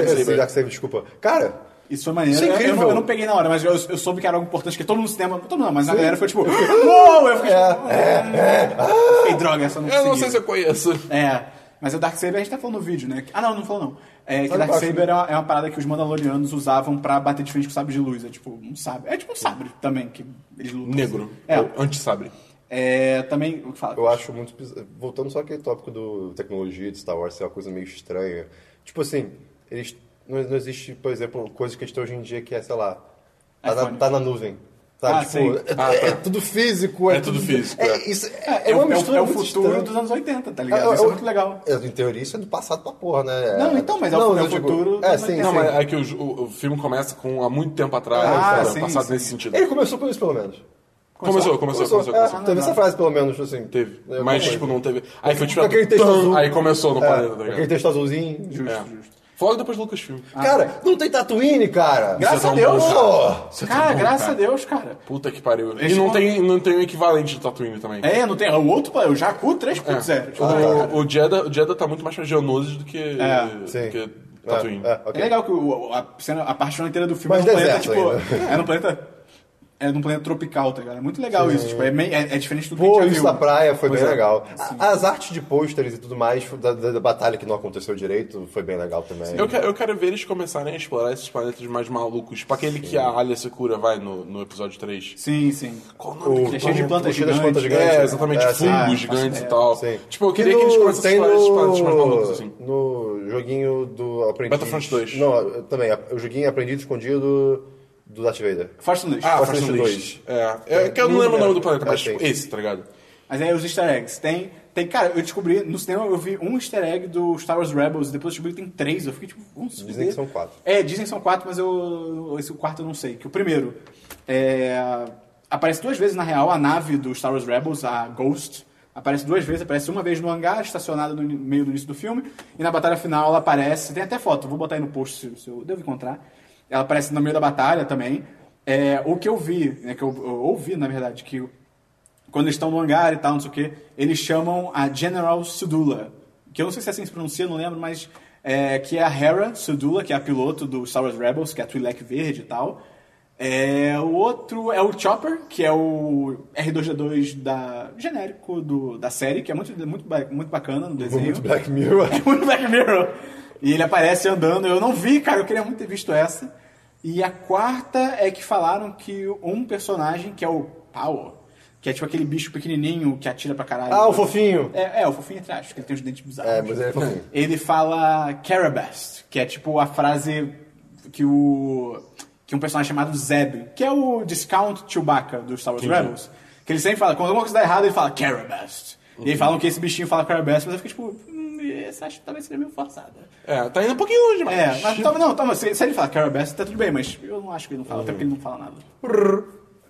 S4: Dark Saber.
S3: Dark Saber, desculpa. Cara,
S2: Isso foi maneiro.
S3: Isso é
S2: Eu- eu
S3: incrível.
S2: não- Eu, não peguei na hora, mas eu, eu soube que era algo importante, que todo mundo no cinema. Todo mundo não, mas a galera foi tipo. [LAUGHS] Uou! Eu fiquei tipo. "Ah, ei, droga, essa eu não
S4: Eu
S2: consegui.
S4: não sei se eu conheço.
S2: É. Mas o Dark Saber a gente tá falando no vídeo, né? Ah, não, não falou não. É que
S3: Olha
S2: Dark
S3: embaixo,
S2: Saber é uma, é uma parada que os Mandalorianos usavam pra bater de frente com sabre de luz. É tipo um sabre. É tipo um sabre também, que eles lutam.
S4: Negro.
S2: É.
S4: Ou Anti-sabre.
S2: É, também. O que fala?
S3: Eu acho muito bizarro. Voltando só aquele tópico do tecnologia de Star Wars ser uma coisa meio estranha. Tipo assim, eles não, não existe, por exemplo, coisa que a gente tem hoje em dia que é, sei lá, tá na,
S2: iPhone.
S3: tá na nuvem. Sabe?
S2: Ah,
S3: tipo,
S2: sim.
S3: é,
S4: Ah, tá.
S3: é tudo físico. É,
S4: É tudo físico, é.
S3: É, isso, é,
S2: É,
S3: uma
S2: o- é o-
S3: mistura
S2: é o
S3: muito
S2: futuro
S3: estranha.
S2: dos anos 80, tá
S3: É,
S2: ligado? Isso
S3: é,
S2: é
S3: é,
S2: muito legal.
S3: é, em teoria, isso é do passado pra porra, né?
S2: Não, então, mas é o- é
S3: eu
S2: o
S3: digo-
S2: futuro
S3: É,
S2: dos
S3: sim,
S2: 80.
S4: Não,
S3: sim.
S4: mas é que o, ju- o- o filme começa com há muito tempo atrás,
S2: Ah,
S4: sabe?
S2: sim,
S4: passado
S2: sim.
S4: nesse sentido.
S3: Ele começou com isso, pelo menos.
S4: Começou, começou, começou. começou,
S3: é,
S4: começou.
S3: teve essa frase, pelo menos, assim.
S4: Teve.
S3: É,
S4: Mas,
S3: foi.
S4: tipo, não teve. Aí foi tipo.
S3: Aquele texto
S4: tum,
S3: azul.
S4: Aí começou no
S3: É,
S4: planeta, tá
S3: Aquele
S4: ligado?
S3: texto azulzinho. Justo,
S4: É. Foi logo depois do Lucasfilm.
S3: Cara, não tem Tatooine, cara.
S2: Graças
S4: Ah. Isso é
S2: a
S4: tão
S2: Deus!
S4: bom,
S3: Pô!
S4: Isso é tão
S2: Cara,
S4: bom,
S2: graças
S4: cara.
S2: a Deus, cara.
S4: Puta que pariu. E
S2: Esse
S4: não
S2: não-
S4: tem, não tem o equivalente de Tatooine também.
S2: É, não tem. O outro, o Jakku
S3: Ah.
S2: 3.0. Tipo, cara,
S4: O, o Jedha, o Jedha tá muito mais pra Geonosis do que,
S2: É,
S4: do
S3: sim.
S4: que
S3: É,
S4: Tatooine.
S3: é, ok.
S2: É legal que o- a, cena, a parte inteira do filme
S3: Mas
S2: é num planeta,
S3: deserto
S2: tipo. É num planeta. É num planeta tropical, tá ligado? É muito legal isso. Tipo, é, meio- é- é diferente do que
S3: Pô,
S2: a gente
S3: isso
S2: já
S3: da
S2: viu.
S3: praia foi
S2: Pois
S3: bem
S2: é.
S4: Ah,
S3: legal. A- As artes de pôsteres e tudo mais da, da- da batalha que não aconteceu direito foi bem legal também.
S4: Eu, que- eu quero ver eles começarem a explorar esses planetas mais malucos. Tipo aquele que a Alia se cura, vai, no, no episódio 3.
S2: Sim, sim.
S4: Qual o
S3: O-
S4: nome
S2: Que é cheio de
S3: o-
S2: plantas
S3: o cheio das
S2: gigantes.
S3: plantas gigantes.
S4: É, exatamente,
S3: É, sim.
S4: fungos
S2: Ah,
S4: gigantes
S2: sim.
S4: e tal.
S3: Sim.
S4: Tipo, eu queria
S3: E
S4: que eles
S3: no-
S4: começassem a
S3: tem
S4: explorar esses planetas mais malucos,
S3: no,
S4: assim.
S3: no joguinho do Aprendiz...
S4: Battlefront 2.
S3: Não, eu- também, a- o joguinho Aprendiz Escondido do Darth Vader.
S2: Fast and Loose.
S4: Ah,
S3: Força
S4: Force Unleashed.
S3: Unleashed
S4: É, é, que eu não lembro o nome do planeta, mas
S3: É, sim.
S4: tipo, esse, tá ligado?
S2: Mas aí os easter eggs. Tem, tem. Cara, eu descobri no cinema, eu vi um easter egg do Star Wars Rebels, depois eu descobri que tem três. Eu fiquei tipo, vamos se
S3: Dizem
S2: fuder.
S3: que são quatro.
S2: É, dizem que são quatro, mas eu. Esse quarto eu não sei. Que o primeiro. É, aparece duas vezes, na real, a nave do Star Wars Rebels, a Ghost. Aparece duas vezes, aparece uma vez no hangar, estacionada no ini- meio do início do filme, e na batalha final ela aparece. Tem até foto, vou botar aí no post se, se eu devo encontrar. Ela aparece no meio da batalha também. É, o que eu vi, né, que eu, eu ouvi, na verdade, que quando eles estão no hangar e tal, não sei o que, eles chamam a General Sudula, que eu não sei se é assim que se pronuncia, não lembro, mas é, que é a Hera Sudula, que é a piloto do Star Wars Rebels, que é a Twi'lek verde e tal. É, o outro é o Chopper, que é o R2-D2 da, genérico do, da série, que é muito, muito, ba- muito bacana no desenho.
S3: Muito
S2: [LAUGHS]
S3: Black Mirror. [LAUGHS]
S2: É muito Black Mirror. E ele aparece andando. Eu não vi, cara. Eu queria muito ter visto essa. E a quarta é que falaram que um personagem, que é o Power, que é tipo aquele bicho pequenininho que atira pra caralho.
S3: Ah, o fofinho.
S2: É, é, o fofinho atrás, que ele tem os dentes bizarros.
S3: É, mas ele é fofinho.
S2: Ele fala Carabast, que é tipo a frase que o. que um personagem chamado Zeb, que é o Discount Chewbacca do Star Wars Rebels. Que ele sempre fala, quando alguma coisa dá errado, ele fala Carabast. E aí falam que esse bichinho fala Carabast, mas eu fico tipo, hum, essa acho que talvez seja meio forçada.
S4: É, tá indo um pouquinho longe, mas...
S2: É, mas toma, não, toma, se, se ele falar Carabast, tá tudo bem, mas eu não acho que ele não fala, até porque ele não fala nada.
S3: tá-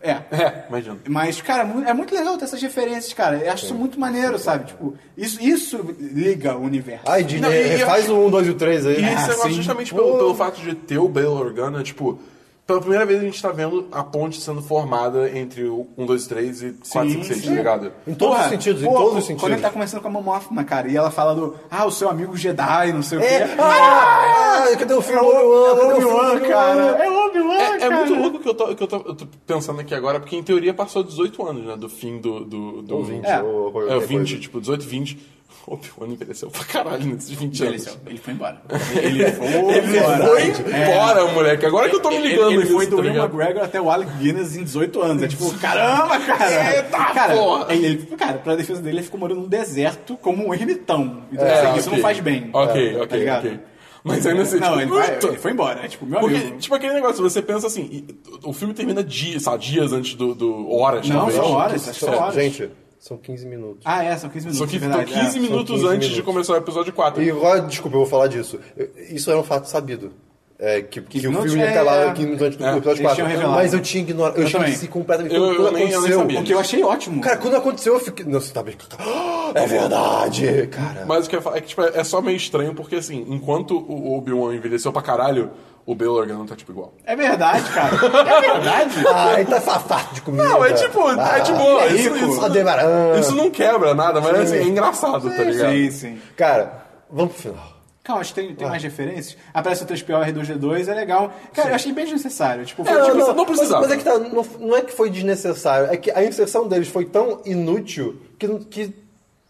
S2: É.
S4: É, imagina.
S2: Mas, cara, mu- é muito legal ter essas referências, cara. Eu acho isso muito maneiro, sabe? Tipo, isso, isso liga o universo.
S3: Ai, Disney,
S4: Não, e- e eu
S3: faz
S4: acho-
S3: o 1, 2 e o 3 aí.
S4: E
S3: Ah,
S4: esse negócio
S2: sim.
S4: justamente pelo,
S3: Pô.
S4: pelo fato de ter o Bail Organa, tipo, pela primeira vez a gente tá vendo a ponte sendo formada entre o 1, 2, 3 e 4, 5, 6, tá
S2: sim.
S4: ligado?
S3: Em todos os sentidos, em todos os sentidos.
S2: Quando ele tá conversando com a Momófima, cara, e ela fala do, ah, o seu amigo Jedi, não sei o quê.
S3: É, ah, cadê o filme?
S2: É o Obi-Wan, cara. É o Obi-Wan,
S4: É, é
S2: cara.
S4: muito louco que, eu tô, que eu, tô, eu tô pensando aqui agora, porque em teoria passou 18 anos, né? Do fim do. do, do
S3: Ou 20,
S2: É.
S3: ou
S4: É,
S3: qualquer
S4: o 20,
S3: coisa.
S4: tipo, 18, 20. O Obi-Wan envelheceu pra caralho nesses 20
S2: Envelheceu.
S4: anos.
S2: Ele foi embora.
S4: [LAUGHS]
S2: Ele foi
S4: Ele
S2: embora.
S4: foi
S2: É.
S4: embora, moleque. Agora que eu tô me
S2: Ele-
S4: ligando
S2: Ele,
S4: nisso,
S2: foi do
S4: tá
S2: Will
S4: ligado?
S2: McGregor até o Alec Guinness em 18 anos. É tipo, caramba, cara!
S4: Eita,
S2: cara,
S4: porra!
S2: Ele, ele- cara, pra defesa dele, ele ficou morando num deserto como um ermitão. Então,
S4: É,
S2: assim, isso
S4: ok.
S2: não faz bem.
S4: Ok,
S2: tá
S4: ok,
S2: ligado?
S4: ok. Mas ainda assim,
S2: Não,
S4: tipo,
S2: ele, vai-
S4: puta.
S2: ele foi embora. É tipo, meu
S4: Porque,
S2: amigo.
S4: tipo, aquele negócio, você pensa assim, e- o filme termina dias, sabe, dias antes do, do horas,
S2: Não,
S4: talvez.
S2: são horas, acho que são horas.
S3: Gente, são 15 minutos.
S2: Ah, é, são 15 minutos.
S4: Só que
S2: é
S4: tô
S2: verdade,
S4: 15
S2: é.
S4: minutos
S3: 15
S4: antes de
S3: minutos.
S4: começar o episódio 4.
S3: E agora, desculpa, eu vou falar disso. Eu- Isso era um fato sabido. É, que, que, o
S2: minutos
S3: filme ia
S2: é-
S3: estar lá 15 minutos antes do
S4: É,
S3: episódio
S2: eles
S3: 4.
S2: tinham revelado.
S3: Mas eu tinha ignorado. Eu,
S2: Eu
S3: esqueci
S2: também.
S3: completamente.
S4: Eu-
S3: quando
S4: eu nem- eu nem
S3: aconteceu.
S4: sabia.
S2: O que eu achei ótimo.
S3: Cara, quando aconteceu, eu fiquei. Nossa, tá bem. Ah, É verdade, cara.
S4: Mas o que eu ia falar é que, tipo, é só meio estranho, porque assim, enquanto o Obi-Wan envelheceu pra caralho, o Bail Organa tá, tipo, igual.
S2: É verdade,
S3: [LAUGHS]
S2: cara. É verdade.
S3: Ai, tá safado de comida. Ah,
S4: Não, é tipo, é tipo,
S3: ele
S4: isso-
S3: rico.
S4: isso-
S3: Aldebaran.
S4: Isso não quebra nada, mas assim, é engraçado, tá ligado?
S2: sim, sim.
S3: Cara, vamos pro final.
S2: Calma, acho que tem, tem mais referências. Aparece o 3PO R2D2, é legal. Cara, eu achei bem desnecessário. Tipo, foi,
S4: não,
S2: tipo,
S4: É, não precisava.
S3: Mas, mas é que tá, não, não é que foi desnecessário, é que a inserção deles foi tão inútil que, não- que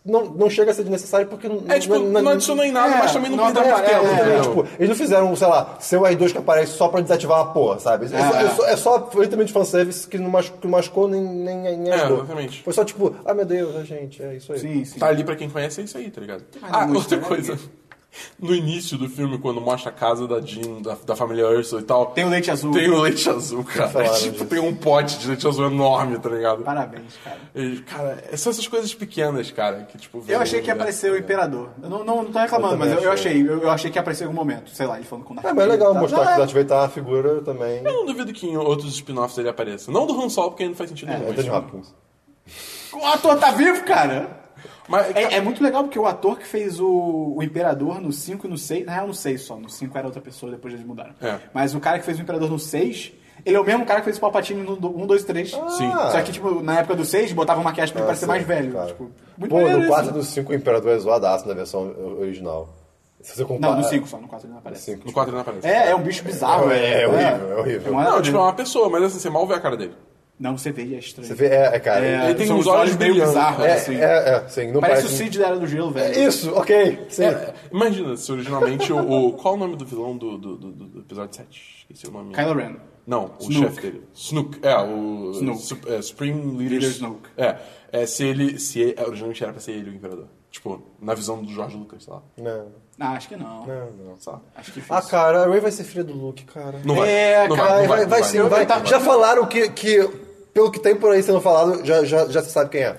S3: não, não chega a ser desnecessário porque não.
S4: É, tipo, não adicionou em nada,
S2: é,
S4: mas também não né?
S2: não
S4: perdeu muito
S2: adapta-
S4: tempo,
S2: é, é,
S4: entendeu?
S3: Exatamente, tipo, eles não fizeram, sei lá, seu R2 que aparece só pra desativar a porra, sabe? É, só, é, só, é só foi literalmente fanservice que não, mas, que não machucou nem, nem, nem ajudou.
S4: exatamente.
S3: Foi só tipo, ah meu Deus, né, gente, é isso aí.
S2: Sim, sim.
S4: Tá ali pra quem conhece, é isso aí, tá ligado?
S2: Ah,
S4: Ah,
S2: não,
S4: outra
S2: isso é-
S4: coisa. No início do filme, quando mostra a casa da Jean, da, da família Ursula e tal.
S2: Tem o leite azul.
S4: Tem o leite azul,
S2: Tá
S4: cara.
S3: Falaram
S4: [LAUGHS] tipo,
S3: disso.
S4: tem um pote de leite azul enorme, tá ligado?
S2: Ah. Parabéns, cara.
S4: E, cara, são essas coisas pequenas, cara, que tipo.
S2: Eu
S4: vem-
S2: achei que ia aparecer o Imperador. Eu não, não, não tô reclamando,
S3: Tá.
S2: mas
S3: Eu também
S2: eu, eu
S3: achei.
S2: achei. Eu, eu achei que ia aparecer em algum momento. Sei lá, ele falando com o
S3: É, mas é legal
S2: Darth Vader,
S3: mostrar
S2: tá?
S3: que
S2: Não,
S3: o Darth Vader tá a figura também.
S4: Eu não duvido que em outros spin-offs ele apareça. Não do Han Solo, porque aí não faz
S2: É,
S4: sentido nenhum.
S3: Anthony
S4: mas-
S3: Hopkins.
S2: O ator tá vivo, cara!
S4: Mas,
S2: É, é muito legal porque o ator que fez o, o Imperador no 5 e no 6, na real no 6 só, no 5 era outra pessoa, depois eles mudaram.
S4: É.
S2: Mas o cara que fez o Imperador no 6, ele é o mesmo cara que fez o Palpatine no 1, 2 e 3.
S4: Sim.
S2: Só que, tipo, na época do 6, botavam maquiagem pra ele parecer mais velho.
S3: Cara.
S2: Tipo, muito
S3: Ah, Pô,
S2: maneiro
S3: no
S2: isso.
S3: 4 e no 5 o Imperador é zoadaço na versão original. Se você comparar...
S2: Não, no 5 só, no 4 ele não aparece.
S3: Cinco.
S4: No 4 ele não aparece.
S2: É, é um bicho bizarro.
S3: É, é
S2: velho.
S3: horrível, é horrível.
S2: uma-
S4: Não, tipo, é uma pessoa, mas assim, você mal vê a cara dele.
S2: Não, você vê e é estranho.
S3: Você vê, é, é, cara.
S2: É,
S4: Ele tem
S2: são
S4: uns
S2: os
S4: olhos
S2: olhos meio
S4: brilhantes,
S2: bizarros,
S4: né?
S3: é,
S2: assim.
S3: é, é, sim, não
S2: Parece
S3: parece...
S2: o
S3: É,
S2: Cid da Era do Gelo, velho.
S3: Isso, ok, sim.
S4: Imagina se originalmente o, o- Qual o nome do vilão do, do, do- do episódio 7? Esqueci o nome.
S2: Kylo Ren.
S4: Não, o
S2: Snoke.
S4: chefe dele. Snook. É, o.
S2: Snoke.
S4: Sup- é, Supreme Leader,
S2: Leader Snoke.
S4: É. é. Se ele. Se ele, originalmente era pra ser ele o imperador. Tipo, na visão do Jorge Lucas, sei lá.
S3: Não,
S2: Ah, acho que não.
S3: não, não.
S4: Sei lá.
S2: Acho que é
S3: Ah,
S2: fez.
S3: cara, a Ray vai ser filha do Luke, cara.
S4: Não vai.
S2: É,
S4: não
S2: cara,
S4: vai,
S3: Vai,
S4: não
S3: vai, vai
S4: não
S3: sim,
S4: não
S3: vai.
S4: não
S3: Já falaram que, que, pelo que tem por aí sendo falado, já, já, já se sabe quem é.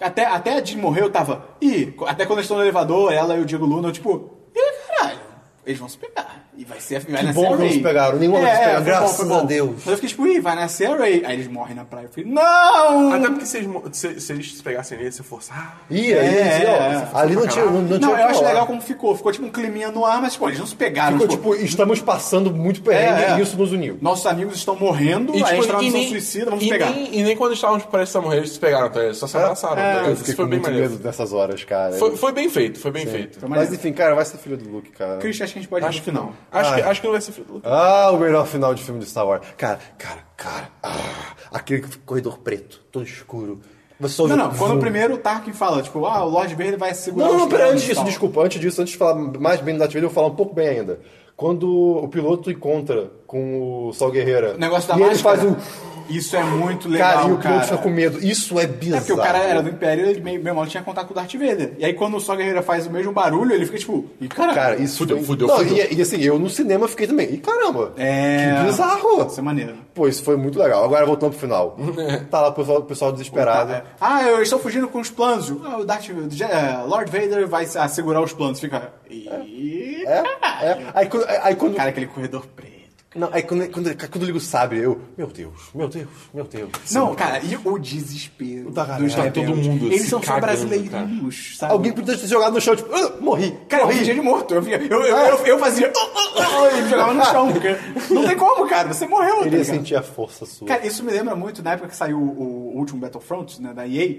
S2: Até, até a Jean morrer, eu tava. Ih, até quando eles estão no elevador, ela e o Diego Luna, eu tipo, ih, caralho, eles vão se pegar. E vai ser vai nascer
S3: bom
S2: a
S3: que não
S2: Rey."
S3: se pegaram, nenhum
S2: é,
S3: deles se
S2: é, foi
S3: pegaram,
S2: bom,
S3: graças
S2: foi bom.
S3: a Deus.
S2: Mas eu fiquei tipo, ih, vai nascer a Ray. Aí eles morrem na praia. Eu falei, não!
S4: Até porque se eles, mo- se, se eles se pegassem nele, se ah, forçar.
S3: Ih,
S2: É,
S3: aí,
S2: é,
S3: ó,
S2: é.
S3: ali não tinha, não, não tinha
S2: não,
S3: o que
S2: eu acho
S3: falar.
S2: legal como ficou. Ficou tipo um climinha no ar, mas pô, eles não se pegaram.
S3: Ficou tipo, estamos passando muito perrengue e isso nos uniu.
S2: Nossos amigos estão morrendo, aí a gente tá na missão suicida, vamos
S4: tipo, e
S2: pegar. É,
S4: Nem, e nem quando estávamos prestes a morrer, eles se pegaram, tá? Eles só se abraçaram. tá ligado?
S3: Eu
S4: Isso
S3: fiquei
S4: foi
S3: com
S4: bem
S3: muito
S4: maneiro.
S3: medo nessas horas, cara.
S4: Foi, foi bem feito, foi bem feito.
S2: Foi
S3: Mas
S2: maneiro.
S3: enfim, cara, vai ser filha do Luke, cara.
S2: Christian, acho que a gente pode ir
S4: Acho
S2: no
S4: que
S2: final.
S4: não. Acho,
S3: Ah.
S4: que, acho que não vai ser filho do
S3: Ah, o melhor final de filme de Star Wars. Cara, cara, cara. Ah, aquele corredor preto, todo escuro. Você só ouve
S2: Não, não,
S3: um
S2: quando
S3: vum.
S2: o primeiro o Tarkin fala, tipo, ah, o Lorde Verde vai segurar
S3: Não, não,
S2: os
S3: não, pera,
S2: planos
S3: antes
S2: e
S3: disso,
S2: tal.
S3: desculpa, antes disso, antes de falar mais bem do Darth Vader, eu vou falar um pouco bem ainda. Quando o piloto encontra com o Sol Guerreira.
S2: O negócio da
S3: e ele
S2: máscara.
S3: faz um.
S2: Isso é muito legal,
S3: Cara, e o piloto
S2: cara.
S3: fica com medo. Isso é bizarro.
S2: É porque o cara era do Império, ele meio, meio mal tinha contato com o Darth Vader. E aí quando o Sol Guerreiro faz o mesmo barulho, ele fica tipo, e cara,
S3: Cara, isso
S4: Fudeu,
S3: foi-
S4: fudeu,
S3: não,
S4: fudeu.
S3: E, e assim, eu no cinema fiquei também. E caramba,
S2: É.
S3: que bizarro.
S2: isso é maneiro.
S3: Pô, isso foi muito legal. Agora voltando pro
S2: [LAUGHS]
S3: final. tá lá o pessoal, o pessoal desesperado.
S2: Ah, eu estou fugindo com os planos. Ah, o Darth eh, Lord Vader vai ah, segurar os planos. Fica. E...
S3: É, é. Aí quando. Aí quando,
S2: Cara, aquele corredor preto.
S3: não, aí quando, quando, quando eu ligo o sabre, eu. Meu Deus, meu Deus, meu Deus.
S2: Não, cara, e o desespero
S3: Da galera,
S2: dos
S3: todo
S2: japoneses.
S4: mundo
S2: Eles
S4: se
S2: são só
S4: cagando,
S2: brasileirinhos, sabe?
S3: Alguém podia ter jogado no chão, tipo, "Ah, morri.
S2: Cara, eu
S3: morri.
S2: fingia de morto. Eu, eu, eu, eu, eu fazia. "Oh, e jogava no chão. Porque não tem como, cara. Você morreu, tá
S3: Ele ia
S2: ligado?
S3: sentir a força sua.
S2: Cara, isso me lembra muito na época que saiu o, o último Battlefront, né, da EA.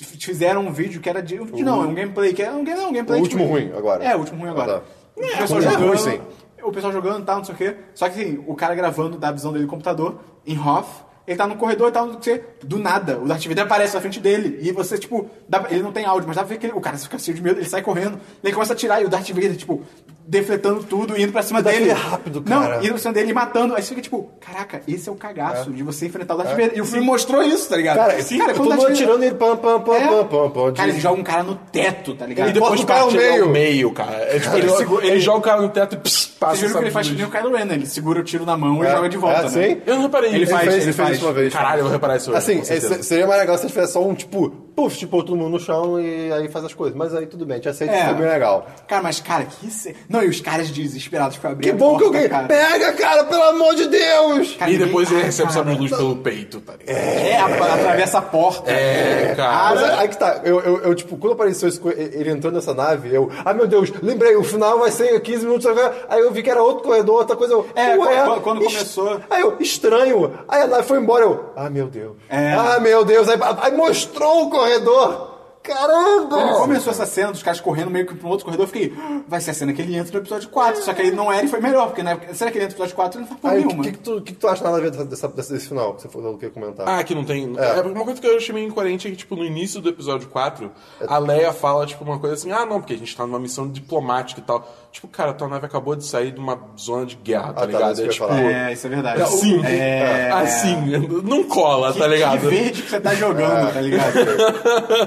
S2: f- Fizeram um vídeo que era de. de- não, é um gameplay. Que é um, game- não, um gameplay
S3: Uhum. O
S2: tipo-
S3: último ruim, agora.
S2: É, o último ruim agora.
S3: Ah, tá.
S2: É,
S3: Ruim,
S2: o pessoal
S3: ruim,
S2: jogando.
S3: sim.
S2: O pessoal jogando e tal, não sei o quê. Só que assim, o cara gravando da visão dele no computador, em Hoff, ele tá no corredor e tal, não sei o quê. Do nada, o Darth Vader aparece na frente dele. E você, tipo, dá pra- ele não tem áudio, mas dá pra ver que ele- o cara fica cheio de medo, ele sai correndo, ele começa a atirar e o Darth Vader, tipo, defletando tudo, indo pra cima
S3: Darth
S2: dele.
S3: Vader é rápido,
S2: Não,
S3: cara.
S2: indo pra cima dele e matando. Aí você fica tipo, caraca, esse é o cagaço de você enfrentar o Darth Vader. E o filme mostrou isso, tá ligado?
S3: É. Cara, sim, todo
S2: quando o
S3: mundo
S2: Darth Vader-
S3: atirando ele, pam, pam, pam,
S2: É.
S3: pam, pam, pam.
S2: Cara,
S3: de-
S2: ele joga um cara no teto, tá ligado?
S3: Ele bota o cara no
S4: Ele é o
S3: meio.
S4: meio, cara. É, tipo, ele,
S2: Cara,
S4: segura- ele joga o cara no teto e pss, passa
S2: Vocês viram que ele
S4: sabe,
S2: faz que
S4: tudo
S2: nem o Kylo Ren, né? Ele segura o tiro na mão e
S3: É,
S2: joga de volta,
S3: é,
S2: né?
S3: sim.
S4: Eu não reparei
S2: Ele
S4: nisso.
S2: faz, ele
S3: fez
S2: faz.
S3: isso uma vez.
S4: Caralho, eu vou reparar isso hoje.
S3: Assim,
S4: com certeza.
S3: é, se- seria mais legal se tivesse só um tipo, puf, tipo, todo mundo no chão e aí faz as coisas. Mas aí tudo bem, a gente aceita,
S2: É.
S3: foi bem legal.
S2: Cara, mas cara, que... Se... Não, e os caras desesperados pra abrir
S3: Que
S2: a
S3: bom que
S2: porta,
S3: alguém.
S2: Cara.
S3: Pega, cara, pelo amor de Deus!
S2: Cara,
S4: E depois
S2: ninguém-
S4: ele recebe
S2: Ah,
S4: essa
S2: cara.
S4: luz pelo peito, tá ligado?
S2: É, ap- atravessa a porta.
S4: É,
S2: Ah,
S3: Mas
S4: cara.
S3: aí aí que tá, eu, eu, eu, tipo, quando apareceu esse co- ele entrando nessa nave, eu, ai meu Deus, lembrei, o final vai ser 15 minutos agora. Aí eu vi que era outro corredor, outra coisa. Eu,
S2: É,
S3: ué,
S2: quando- quando
S3: est-
S2: começou-
S3: Aí eu, estranho. Aí a nave foi embora, eu, ah meu Deus.
S2: É.
S3: Ah meu Deus, aí, aí mostrou o corredor. Caramba!
S2: Quando começou essa cena dos caras correndo meio que pra um outro corredor, eu fiquei, "Ah, vai ser a cena que ele entra no episódio 4. Só que aí não era e foi melhor, porque na época, será que ele entra no episódio 4 ele não faz porra
S3: Aí, o
S2: nenhuma.
S3: que, que, tu, que tu acha nada a ver dessa, dessa- desse, desse final que você falou que eu ia comentar?
S4: Ah, que não tem.
S3: É.
S4: É. uma coisa que eu achei meio incoerente é que, tipo, no início do episódio 4, a Leia fala, tipo, uma coisa assim, ah, não, porque a gente tá numa missão diplomática e tal. Tipo, cara, tua nave acabou de sair de uma zona de guerra, tá
S3: Ah, tá,
S4: ligado?
S3: isso que eu
S4: é
S3: ia
S4: tipo.
S3: falar.
S2: É, isso é verdade.
S4: Assim,
S2: É,
S4: assim, não cola, tá
S2: Que
S4: ligado?
S2: verde que você tá jogando, tá ligado?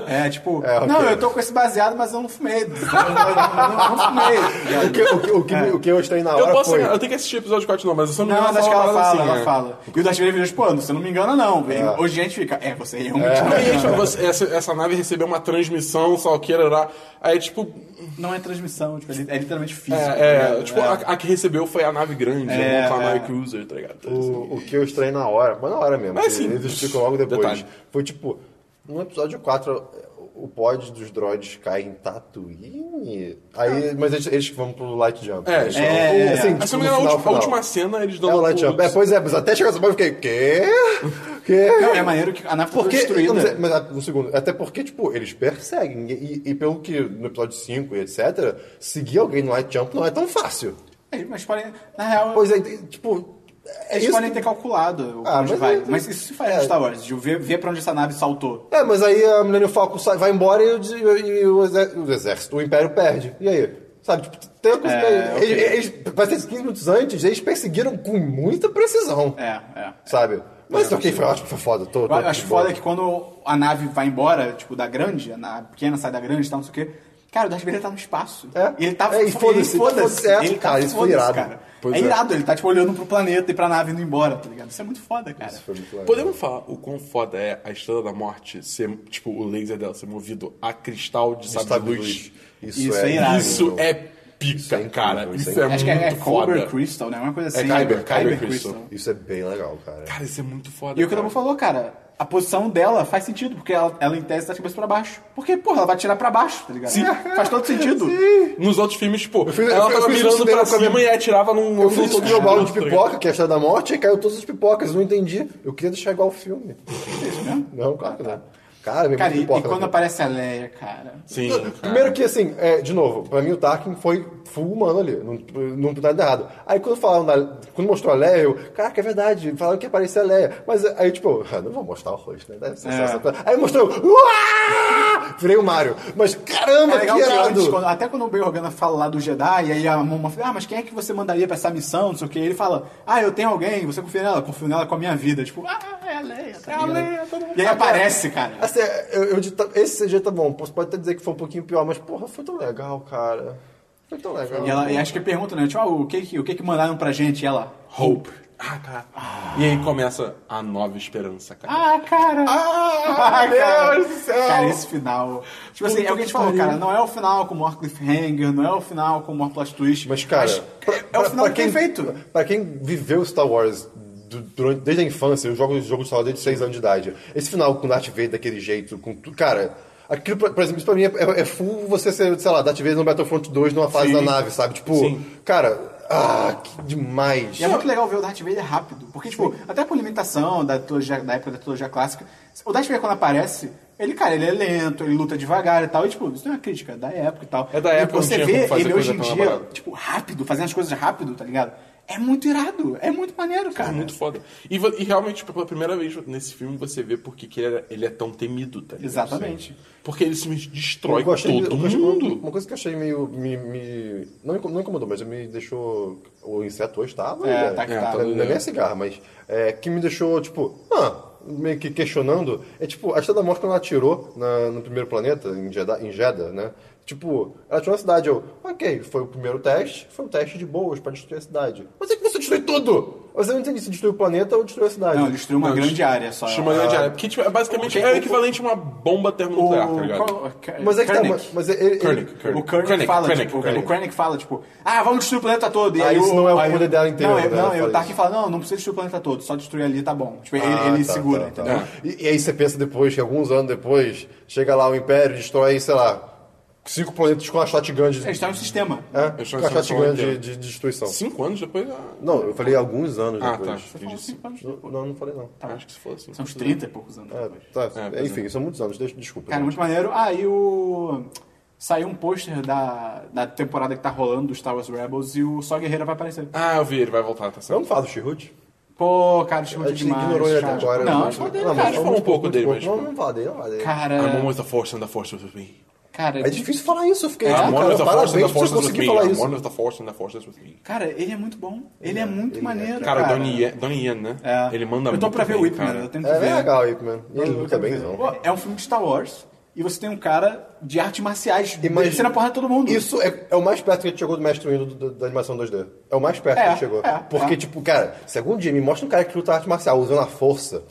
S2: É, tipo,
S3: É, ok.
S2: não, eu tô com esse baseado, mas eu não fumei. Eu não, eu não fumei. tá ligado?
S3: O que, o que, o que, o que eu estranhei na hora
S4: Eu, posso,
S3: foi...
S4: eu tenho que assistir o episódio 4 não, mas eu só não
S2: Não, mas
S4: lembro
S2: acho que ela
S4: uma
S2: fala,
S4: parada
S2: ela
S4: é.
S2: fala. E o Darth Vader vira, tipo, pô, você não me engana não. velho.
S3: É.
S2: Hoje a gente fica, é, você realmente não
S4: Aí,
S2: me
S4: tipo,
S2: engana.
S4: você- essa, essa nave recebeu uma transmissão, só que era lá. Aí, tipo,
S2: Não é transmissão, tipo, é li- é literalmente físico. tá
S4: é, é,
S2: ligado?
S4: tipo, A, a que recebeu foi a nave grande,
S2: É,
S4: não foi a
S2: é.
S4: nave cruiser, tá ligado?
S3: O, o que eu estranhei na hora, mas na hora mesmo,
S4: Mas,
S3: que
S4: assim,
S3: eles explicam logo depois.
S4: detalhe.
S3: Foi tipo, no episódio 4, o pod dos droids cai em Tatooine. Aí, mas eles, eles vão pro Light Jump.
S4: É,
S3: Eles
S4: é,
S3: vão-
S2: é.
S3: assim,
S4: Mas, se não
S3: tipo, no
S4: me engano, a
S3: final,
S4: última, a
S3: final.
S4: última cena eles dão.
S3: É o Light
S4: o-
S3: Jump. É, pois é, mas até chegar nessa parte eu fiquei, quê? Quê?
S2: Não, é maneiro que a nave foi
S3: Porque, eu não sei,
S2: destruída.
S3: mas ah, um segundo, até porque, tipo, eles perseguem. E, e pelo que no episódio 5 e etc., seguir alguém no Light Jump não é tão fácil.
S2: É, Mas podem, na real,
S3: Pois é, tipo. é
S2: eles
S3: isso
S2: podem ter calculado
S3: Ah,
S2: onde
S3: mas
S2: vai.
S3: é-
S2: Mas isso se faz
S3: é.
S2: no Star Wars, de ver, ver pra onde essa nave saltou.
S3: É, mas aí a Millennium Falcon sai, vai embora e, o de- e o, exer- o exército, o Império perde. E aí? Sabe, tipo, tem uma coisa
S2: É,
S3: meio-
S2: ok.
S3: eles, eles, parece que 15 minutos antes, eles perseguiram com muita precisão.
S2: É, é.
S3: Sabe? Mas ok, foi, eu acho que foi foda. Tô, tô,
S2: Eu acho foda que quando a nave vai embora, tipo, da grande, a pequena sai da grande e tal, não sei o quê. Cara, o Darth Vader tá no espaço.
S3: É.
S2: E ele tá
S3: É, e foda-se,
S2: ele
S3: foda-se. É,
S2: ele tá
S3: cara, isso
S2: foda-se,
S3: foi irado.
S2: cara.
S3: Pois
S2: é
S3: é.
S2: irado, ele tá, tipo, olhando pro planeta e pra nave indo embora, tá ligado? Isso é muito foda, cara.
S4: Podemos falar o quão foda é a estrela da morte ser, tipo, o laser dela ser movido a cristal de
S3: Sabe
S4: sabre luz.
S3: Isso,
S2: Isso é
S3: é
S2: irado.
S4: Isso é pica,
S3: Isso é incrível,
S4: cara. Isso
S3: isso é
S4: é,
S3: incrível.
S4: muito
S2: Acho que é, é
S4: foda.
S2: Kyber Crystal, né? Uma coisa assim.
S4: É Kyber, Kyber Crystal.
S3: Isso é bem legal, cara.
S4: Cara, isso é muito foda.
S2: E o que o
S4: cara.
S2: Dabu falou, cara, a posição dela faz sentido, porque ela, ela em tese tá de cabeça pra baixo. Porque, porra, ela vai tirar pra baixo, tá ligado?
S4: Sim.
S2: [LAUGHS] Faz todo sentido.
S4: Nos outros filmes, tipo,
S3: fiz- eu
S4: ela
S3: fiz-
S4: tava
S3: eu fiz isso
S4: mirando pra
S3: mesmo com a
S4: cima
S3: minha-
S4: e atirava num
S3: Eu fiz
S4: num
S3: isso
S4: todo
S3: de um balde de
S4: escuro, tá ligado?
S3: pipoca, que é a estrada da morte, e caiu todas as pipocas. Não entendi. Eu queria deixar igual o filme. Não, claro que não. Cara, minha
S2: É Cara, e, e
S3: pipoca.
S2: quando
S3: né?
S2: aparece a Leia, cara.
S4: Sim.
S3: Não,
S4: cara.
S3: [LAUGHS] Primeiro que, assim, é, de novo, pra mim o Tarkin foi full humano ali, não, não tem nada errado. Aí quando falaram da- quando mostrou a Leia, eu, caraca, é verdade, falaram que aparecia a Leia. Mas aí, tipo, ah, não vou mostrar o rosto, né? Deve ser só
S2: É.
S3: essa coisa. Aí mostrou, uá! Virei o Mario. Mas
S2: É
S3: caramba,
S2: legal
S3: que
S2: que antes,
S3: irado!
S2: quando- até quando o Bail Organa fala lá do Jedi, e aí a Moma fala, ah, mas quem é que você mandaria pra essa missão, não sei o que, ele fala, ah, eu tenho alguém, você confia nela, confio nela com a minha vida. Tipo, ah, é a Leia, tá ligado? E aí aparece, cara.
S3: Assim, eu, eu disse, tá- esse CG tá bom, posso- pode até dizer que foi um pouquinho pior, mas porra, foi tão legal, cara. Foi tão legal.
S2: E, ela, e acho que pergunta, né? Tipo, ah, o que que, o que que mandaram pra gente? E ela,
S4: Hope. Ah, cara. E aí começa a nova esperança, cara.
S2: ah, cara. [LAUGHS]
S3: Ah, meu Deus do céu!
S2: Cara, esse final. Tipo assim, é o que a gente falou, cara. Não é o final com o maior cliffhanger, não é o final com o maior plot twist.
S3: Mas, cara, pra-
S2: é, é o
S3: pra-
S2: final
S3: pra
S2: que tem feito.
S3: Pra quem viveu Star Wars du- durante, desde a infância, eu jogo os jogos de Star Wars desde 6 anos de idade. Esse final com Darth Vader daquele jeito, com tudo. Cara, aquilo, pra- por exemplo, isso pra mim é, é full você ser, sei lá, Darth Vader no Battlefront 2 numa fase
S4: Sim.
S3: da nave, sabe? Tipo,
S4: Sim.
S3: cara, ah, que demais.
S2: E é muito legal ver o Darth Vader rápido. Porque, tipo, até por limitação da, trilogia- da época da trilogia clássica, o Darth Vader quando aparece, ele, cara, ele é lento, ele luta devagar e tal. E, tipo, isso não é uma crítica, é da época e tal.
S4: É da
S2: E
S4: época, não
S2: você
S4: tinha
S2: vê
S4: como fazer
S2: ele
S4: coisa
S2: hoje em
S4: tão
S2: dia,
S4: elaborada.
S2: tipo, rápido, fazendo as coisas rápido, tá ligado? É muito irado, é muito maneiro, cara.
S4: É muito foda. E, vo- e realmente, tipo, pela primeira vez nesse filme, você vê por que que ele, é- ele é tão temido, tá ligado?
S2: Exatamente.
S4: Porque ele simplesmente destrói
S3: Eu gostei-
S4: todo
S3: eu gostei-
S4: mundo.
S3: Uma coisa que eu achei meio. Me, me- não, me incom- não incomodou, mas me deixou. O inseto hoje tá.
S2: É,
S3: né?
S2: tá que
S3: Não
S2: tá.
S3: é- Não é nem cigarro, mas. é, que me deixou, tipo. Ah, meio que questionando. É tipo, a Estrela da Morte, quando ela atirou na- no primeiro planeta, em Jeddah, em Jeddah, né? Tipo, ela atirou na cidade. Eu, ok, foi o primeiro teste, foi um teste de boas pra destruir a cidade. Mas é que você destruiu tudo! Mas eu não entendi se destruiu o planeta ou destruiu a cidade.
S2: Não, ele destruiu uma
S4: Não,
S2: grande área só.
S4: Chama ele de área. Porque, tipo, é basicamente é o equivalente a uma bomba
S2: O-
S4: termonuclear, tá ligado?
S2: qual-
S3: Mas é que tá,
S2: Krennic.
S3: mas, mas ele- ele,
S4: Koenig,
S2: O
S4: Koenig.
S2: Krennic
S4: Koenig,
S2: fala,
S4: Koenig,
S2: tipo,
S4: Koenig.
S2: o Krennic fala, tipo, ah, vamos destruir o planeta todo. E
S3: Ah,
S2: aí
S3: isso
S2: o-
S3: não é o
S2: aí
S3: poder dela inteira,
S2: Não, é-
S3: né?
S2: não,
S3: Fala
S2: e o
S3: isso.
S2: Tarkin fala, não, não precisa destruir o planeta todo, só destruir ali tá bom. Tipo, ele,
S3: Ah,
S2: ele
S3: tá,
S2: segura,
S3: tá, tá.
S2: entendeu?
S3: E, e aí você pensa depois que alguns anos depois chega lá o Império e destrói, sei lá, cinco planetas com a shotgun de.
S2: Eles estão em um sistema.
S3: É,
S4: Eles
S3: com
S4: estão
S3: a
S4: nessa
S3: shotgun de,
S4: inteira.
S3: de destruição.
S4: Cinco anos depois... Ah,
S3: Não, eu falei alguns anos
S4: ah tá.
S3: depois.
S4: Entendi cinco anos.
S3: Não, Não, não falei
S2: tá,
S3: não.
S4: Acho que se fosse.
S2: São uns 30 e poucos anos
S3: É,
S2: depois.
S3: tá,
S4: É,
S3: é, enfim, são muitos anos, deixa- desculpa.
S2: Cara,
S3: gente.
S2: muito maneiro. Ah, e o... Saiu um pôster da, da temporada que tá rolando do Star Wars Rebels e o Só Guerreira vai aparecer.
S4: Ah, eu vi, ele vai voltar, tá certo.
S3: Vamos falar do Chihut?
S2: Pô, cara, isso é
S3: A
S2: muito
S3: gente
S2: demais.
S3: ignorou ele até
S2: cara.
S3: agora.
S2: Não,
S3: mas-
S2: fala dele,
S3: mas
S2: cara.
S4: fala um pouco dele, mas-
S3: Não, não fala dele, não fala dele.
S2: Cara,
S4: I'm always the force and the force with me.
S2: Cara,
S3: É difícil falar isso, eu fiquei.
S4: É,
S3: ah,
S4: I'm one
S3: cara,
S4: of the forces and the
S3: parabéns por você
S4: forces with
S3: conseguir
S4: me.
S3: falar
S4: I'm
S3: isso.
S4: one of the forces and the forces with me.
S2: cara, ele é muito bom. Ele é, muito maneiro.
S4: Cara,
S2: Cara,
S4: Donnie Yen, Donnie Yen, né?
S2: É.
S4: Ele manda
S2: Eu tô
S4: muito
S2: pra ver né?
S4: bem,
S2: o Whitman,
S4: cara.
S2: eu tenho que
S3: É
S2: ver.
S3: bem legal, Ipman. E ele luta bem, não.
S2: Pô, é um filme de Star Wars e você tem um cara de artes marciais descendo a porrada de todo mundo.
S3: Isso é, é o mais perto que a gente chegou do mestre Windows do- do- da animação 2D. É o mais perto que a gente
S2: É,
S3: chegou.
S2: é,
S3: Porque,
S2: é.
S3: tipo, cara, se algum dia me mostra um cara que luta arte marcial usando a força,